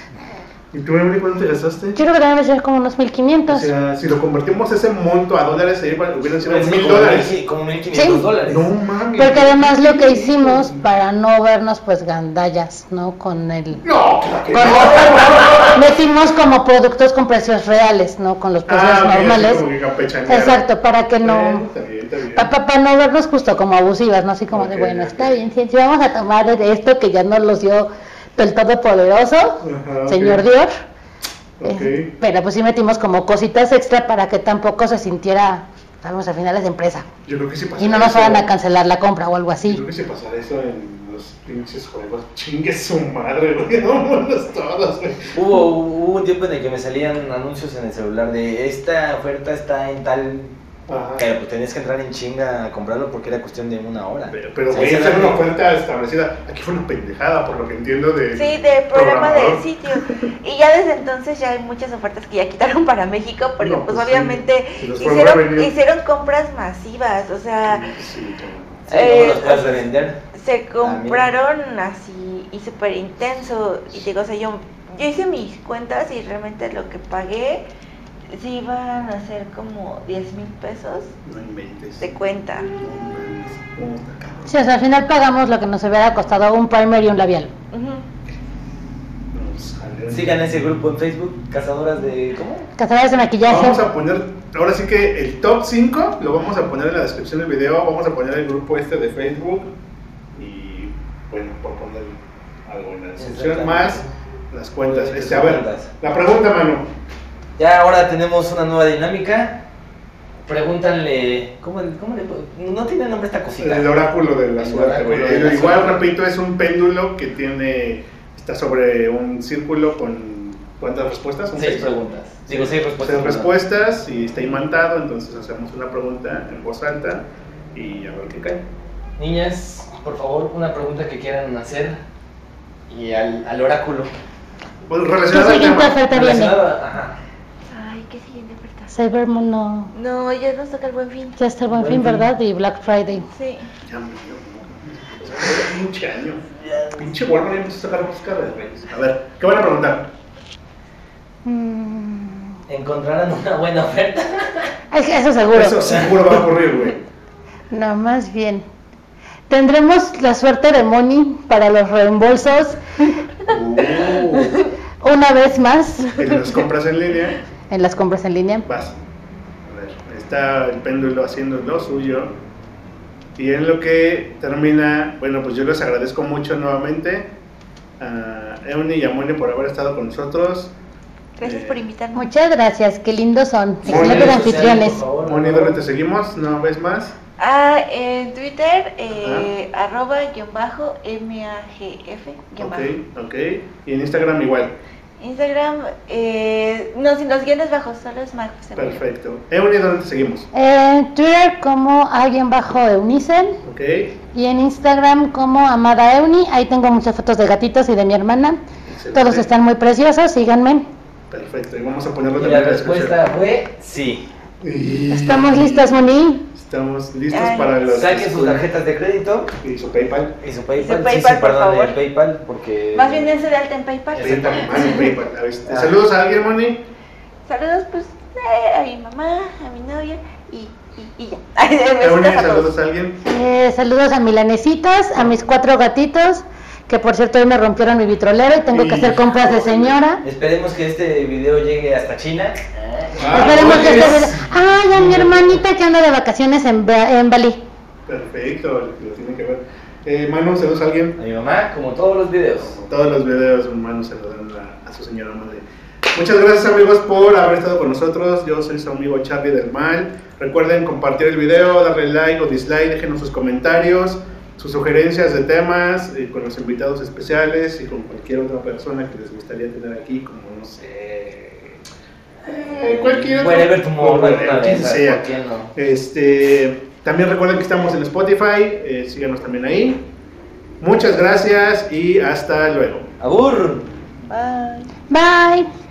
Speaker 1: ¿Y tú, Emily, cuánto te gastaste?
Speaker 4: Yo creo que deben ser como unos
Speaker 1: O
Speaker 4: 1500.
Speaker 1: sea, si lo convertimos ese monto a dólares, ahí hubieran sido
Speaker 2: Es que
Speaker 1: mil
Speaker 2: como
Speaker 1: dólares.
Speaker 2: mil- Como 1500
Speaker 4: Sí.
Speaker 2: dólares.
Speaker 1: No mames.
Speaker 4: Porque además lo que hicimos para no vernos pues gandallas, ¿no? Con el...
Speaker 1: No, claro que
Speaker 4: Con
Speaker 1: no.
Speaker 4: Metimos como productos con precios reales, ¿no? Con los precios
Speaker 1: Ah, ok, así
Speaker 4: normales.
Speaker 1: como que campechanearon.
Speaker 4: Exacto, para que
Speaker 1: Bueno,
Speaker 4: no...
Speaker 1: está bien, está bien.
Speaker 4: Para no vernos justo como abusivas, ¿no? Así como
Speaker 1: Ok,
Speaker 4: de, bueno,
Speaker 1: ok.
Speaker 4: está bien, sí, sí, vamos a tomar de esto que ya nos los dio el Todopoderoso,
Speaker 1: Ajá, ok.
Speaker 4: señor Dior.
Speaker 1: Ok.
Speaker 4: Eh, Pero pues sí metimos como cositas extra para que tampoco se sintiera, sabemos, al final es empresa.
Speaker 1: Yo creo que sí pasará
Speaker 4: Y no nos
Speaker 1: eso.
Speaker 4: vayan a cancelar la compra o algo
Speaker 1: Yo creo
Speaker 4: así.
Speaker 1: que si pasara eso en los pinches juegos, chingue su madre, güey. [laughs] Vámonos todos, güey.
Speaker 2: Hubo, hubo un tiempo en el que me salían anuncios en el celular de esta oferta está en tal.
Speaker 1: Ajá.
Speaker 2: Pero pues tenías que entrar en chinga a comprarlo porque era cuestión de una hora.
Speaker 1: Pero, pero
Speaker 2: Sí,
Speaker 1: güey,
Speaker 2: sí,
Speaker 1: esa era
Speaker 2: sí.
Speaker 1: una oferta establecida. Aquí fue una pendejada, por lo que entiendo de.
Speaker 3: Sí, del programa
Speaker 1: programador.
Speaker 3: del sitio. Y ya desde entonces ya hay muchas ofertas que ya quitaron para México, porque
Speaker 1: No,
Speaker 3: pues,
Speaker 1: pues, sí.
Speaker 3: obviamente
Speaker 1: Se les fue el
Speaker 3: hicieron,
Speaker 1: revenue.
Speaker 3: hicieron compras masivas, o sea,
Speaker 1: Sí, cabrón.
Speaker 2: Sí, no me los
Speaker 3: Eh,
Speaker 2: puedes revender.
Speaker 3: se compraron así y súper intenso. Y digo, o sea, yo, yo hice mis cuentas y realmente lo que pagué sí iban a ser como 10 mil pesos
Speaker 1: No inventes.
Speaker 3: de cuenta.
Speaker 1: No mames, puta, cabrón.
Speaker 4: Sí, o sea, al final pagamos lo que nos hubiera costado un primer y un labial.
Speaker 3: Ujú.
Speaker 1: No, pues, jale.
Speaker 2: Sigan ese grupo en Facebook, Cazadoras de. ¿Cómo?
Speaker 4: Cazadores de maquillaje.
Speaker 1: Vamos a poner, ahora sí que el top 5 lo vamos a poner en la descripción del video, vamos a poner el grupo este de Facebook y bueno, por poner algo en la descripción,
Speaker 2: Exactamente.
Speaker 1: más las cuentas.
Speaker 2: Obviamente
Speaker 1: Este, a
Speaker 2: sus
Speaker 1: ver,
Speaker 2: cuentas.
Speaker 1: la pregunta, mano.
Speaker 2: Ya ahora tenemos una nueva dinámica. Pregúntanle. ¿Cómo, cómo le puedo- No tiene nombre esta cosita.
Speaker 1: El oráculo de la
Speaker 2: El
Speaker 1: suerte,
Speaker 2: oráculo
Speaker 1: güey.
Speaker 2: de la
Speaker 1: Igual,
Speaker 2: suerte.
Speaker 1: repito, es un péndulo que tiene, está sobre un círculo con cuántas respuestas? Son
Speaker 2: Seis preguntas. Digo, seis respuestas.
Speaker 1: Seis
Speaker 2: perdón.
Speaker 1: Pues respuestas y está imantado, entonces hacemos una pregunta en voz alta y a ver qué cae.
Speaker 2: Niñas, por favor, una pregunta que quieran hacer. Y al, al oráculo.
Speaker 1: Pues,
Speaker 4: ¿Qué
Speaker 1: relacionado al
Speaker 4: siguiente
Speaker 1: tema.
Speaker 4: oferta viene?
Speaker 2: Relacionada- Ajá.
Speaker 3: Ay, qué siguiente oferta.
Speaker 4: Cybermoon no.
Speaker 3: No, ya nos toca el buen fin.
Speaker 4: Ya está el buen
Speaker 2: Buen
Speaker 4: fin,
Speaker 2: fin.
Speaker 4: ¿verdad? Y Black Friday.
Speaker 3: Sí.
Speaker 1: Ya murió. ¿no? O sea, fue Pinche año. Pinche Wolverine empezó a sacar música de Reyes. A ver, ¿qué van a preguntar?
Speaker 4: Mm,
Speaker 2: Encontrarán una buena oferta.
Speaker 4: es que Eso seguro.
Speaker 1: Eso seguro va a ocurrir, güey.
Speaker 4: No, más bien. Tendremos la suerte de Moni para los reembolsos
Speaker 1: Uh,
Speaker 4: una vez más
Speaker 1: en las compras en línea,
Speaker 4: en las compras en línea.
Speaker 1: vas. A ver, está el péndulo haciendo lo suyo. Y en lo que termina, bueno, pues yo les agradezco mucho nuevamente a Euni y a Moni por haber estado con nosotros.
Speaker 3: Gracias
Speaker 1: Eh,
Speaker 3: por invitarnos.
Speaker 4: Muchas gracias, qué lindos son.
Speaker 1: Muy
Speaker 4: Excelentes
Speaker 1: bien,
Speaker 4: anfitriones.
Speaker 1: Moni, ¿dónde te seguimos? ¿No ves más?
Speaker 3: Ah, en Twitter, eh, arroba guión bajo MAGF guión
Speaker 1: Ok,
Speaker 3: bajo.
Speaker 1: ok. Y en Instagram igual.
Speaker 3: Instagram, eh, no, sin los guiones bajos, solo es Majo Severo.
Speaker 1: Perfecto. Euni, ¿dónde te seguimos?
Speaker 4: En Twitter como alguien bajo Eunicen
Speaker 1: Ok,
Speaker 4: y en Instagram como Amada Euni. Ahí tengo muchas fotos de gatitos y de mi hermana.
Speaker 1: excelente.
Speaker 4: Todos están muy preciosos, síganme.
Speaker 1: Perfecto, y vamos a ponerlo
Speaker 2: Y
Speaker 1: también
Speaker 2: la
Speaker 1: en la
Speaker 2: respuesta fue sí.
Speaker 1: descripción.
Speaker 4: Estamos listas, Moni.
Speaker 1: Estamos listos
Speaker 3: Ay.
Speaker 1: para los.
Speaker 2: Saquen sus tarjetas de crédito
Speaker 1: Y su PayPal.
Speaker 2: y su PayPal. Sí,
Speaker 3: su PayPal,
Speaker 2: sí,
Speaker 3: por
Speaker 2: perdón,
Speaker 3: favor.
Speaker 2: el PayPal porque...
Speaker 3: Más bien dense de alta en PayPal.
Speaker 2: Exacto.
Speaker 1: PayPal, mano, PayPal. Pues, A ver, este,
Speaker 2: Ah.
Speaker 1: Saludos a alguien, Moni.
Speaker 3: Saludos, pues, eh, a mi mamá, a mi novia y, y, y ya. [laughs] Ay,
Speaker 1: Euni,
Speaker 3: besitos a todos.
Speaker 1: saludos a alguien.
Speaker 4: Eh, saludos a milanesitas, a mis cuatro gatitos, que por cierto hoy me rompieron mi vitrolero y tengo que hacer compras de señora.
Speaker 2: Esperemos que este video llegue hasta China.
Speaker 1: Ah,
Speaker 4: Esperemos que
Speaker 1: Moni
Speaker 4: este
Speaker 1: es-
Speaker 4: video- Ay, a mi hermanita que anda de vacaciones en, Ba- en Bali.
Speaker 1: Perfecto, lo tiene que ver. Eh, Manu, saludos a alguien.
Speaker 2: A mi mamá, como todos los videos.
Speaker 1: Todos los videos, hermano, saludan a, a su señora madre. Muchas gracias amigos por haber estado con nosotros. Yo soy su amigo Charlie del Mal. Recuerden compartir el video, darle like o dislike, déjenos sus comentarios, sus sugerencias de temas, eh, con los invitados especiales y con cualquier otra persona que les gustaría tener aquí, como no sé. eh, cualquier otro-
Speaker 2: Whatever tomorrow,
Speaker 1: whatever,
Speaker 2: alguna
Speaker 1: quien
Speaker 2: vez,
Speaker 1: sea.
Speaker 2: ¿por qué no?
Speaker 1: Este, también recuerden que estamos en Spotify, eh, síganos también ahí. Muchas gracias y hasta luego.
Speaker 2: Abur.
Speaker 3: Bye.
Speaker 4: Bye.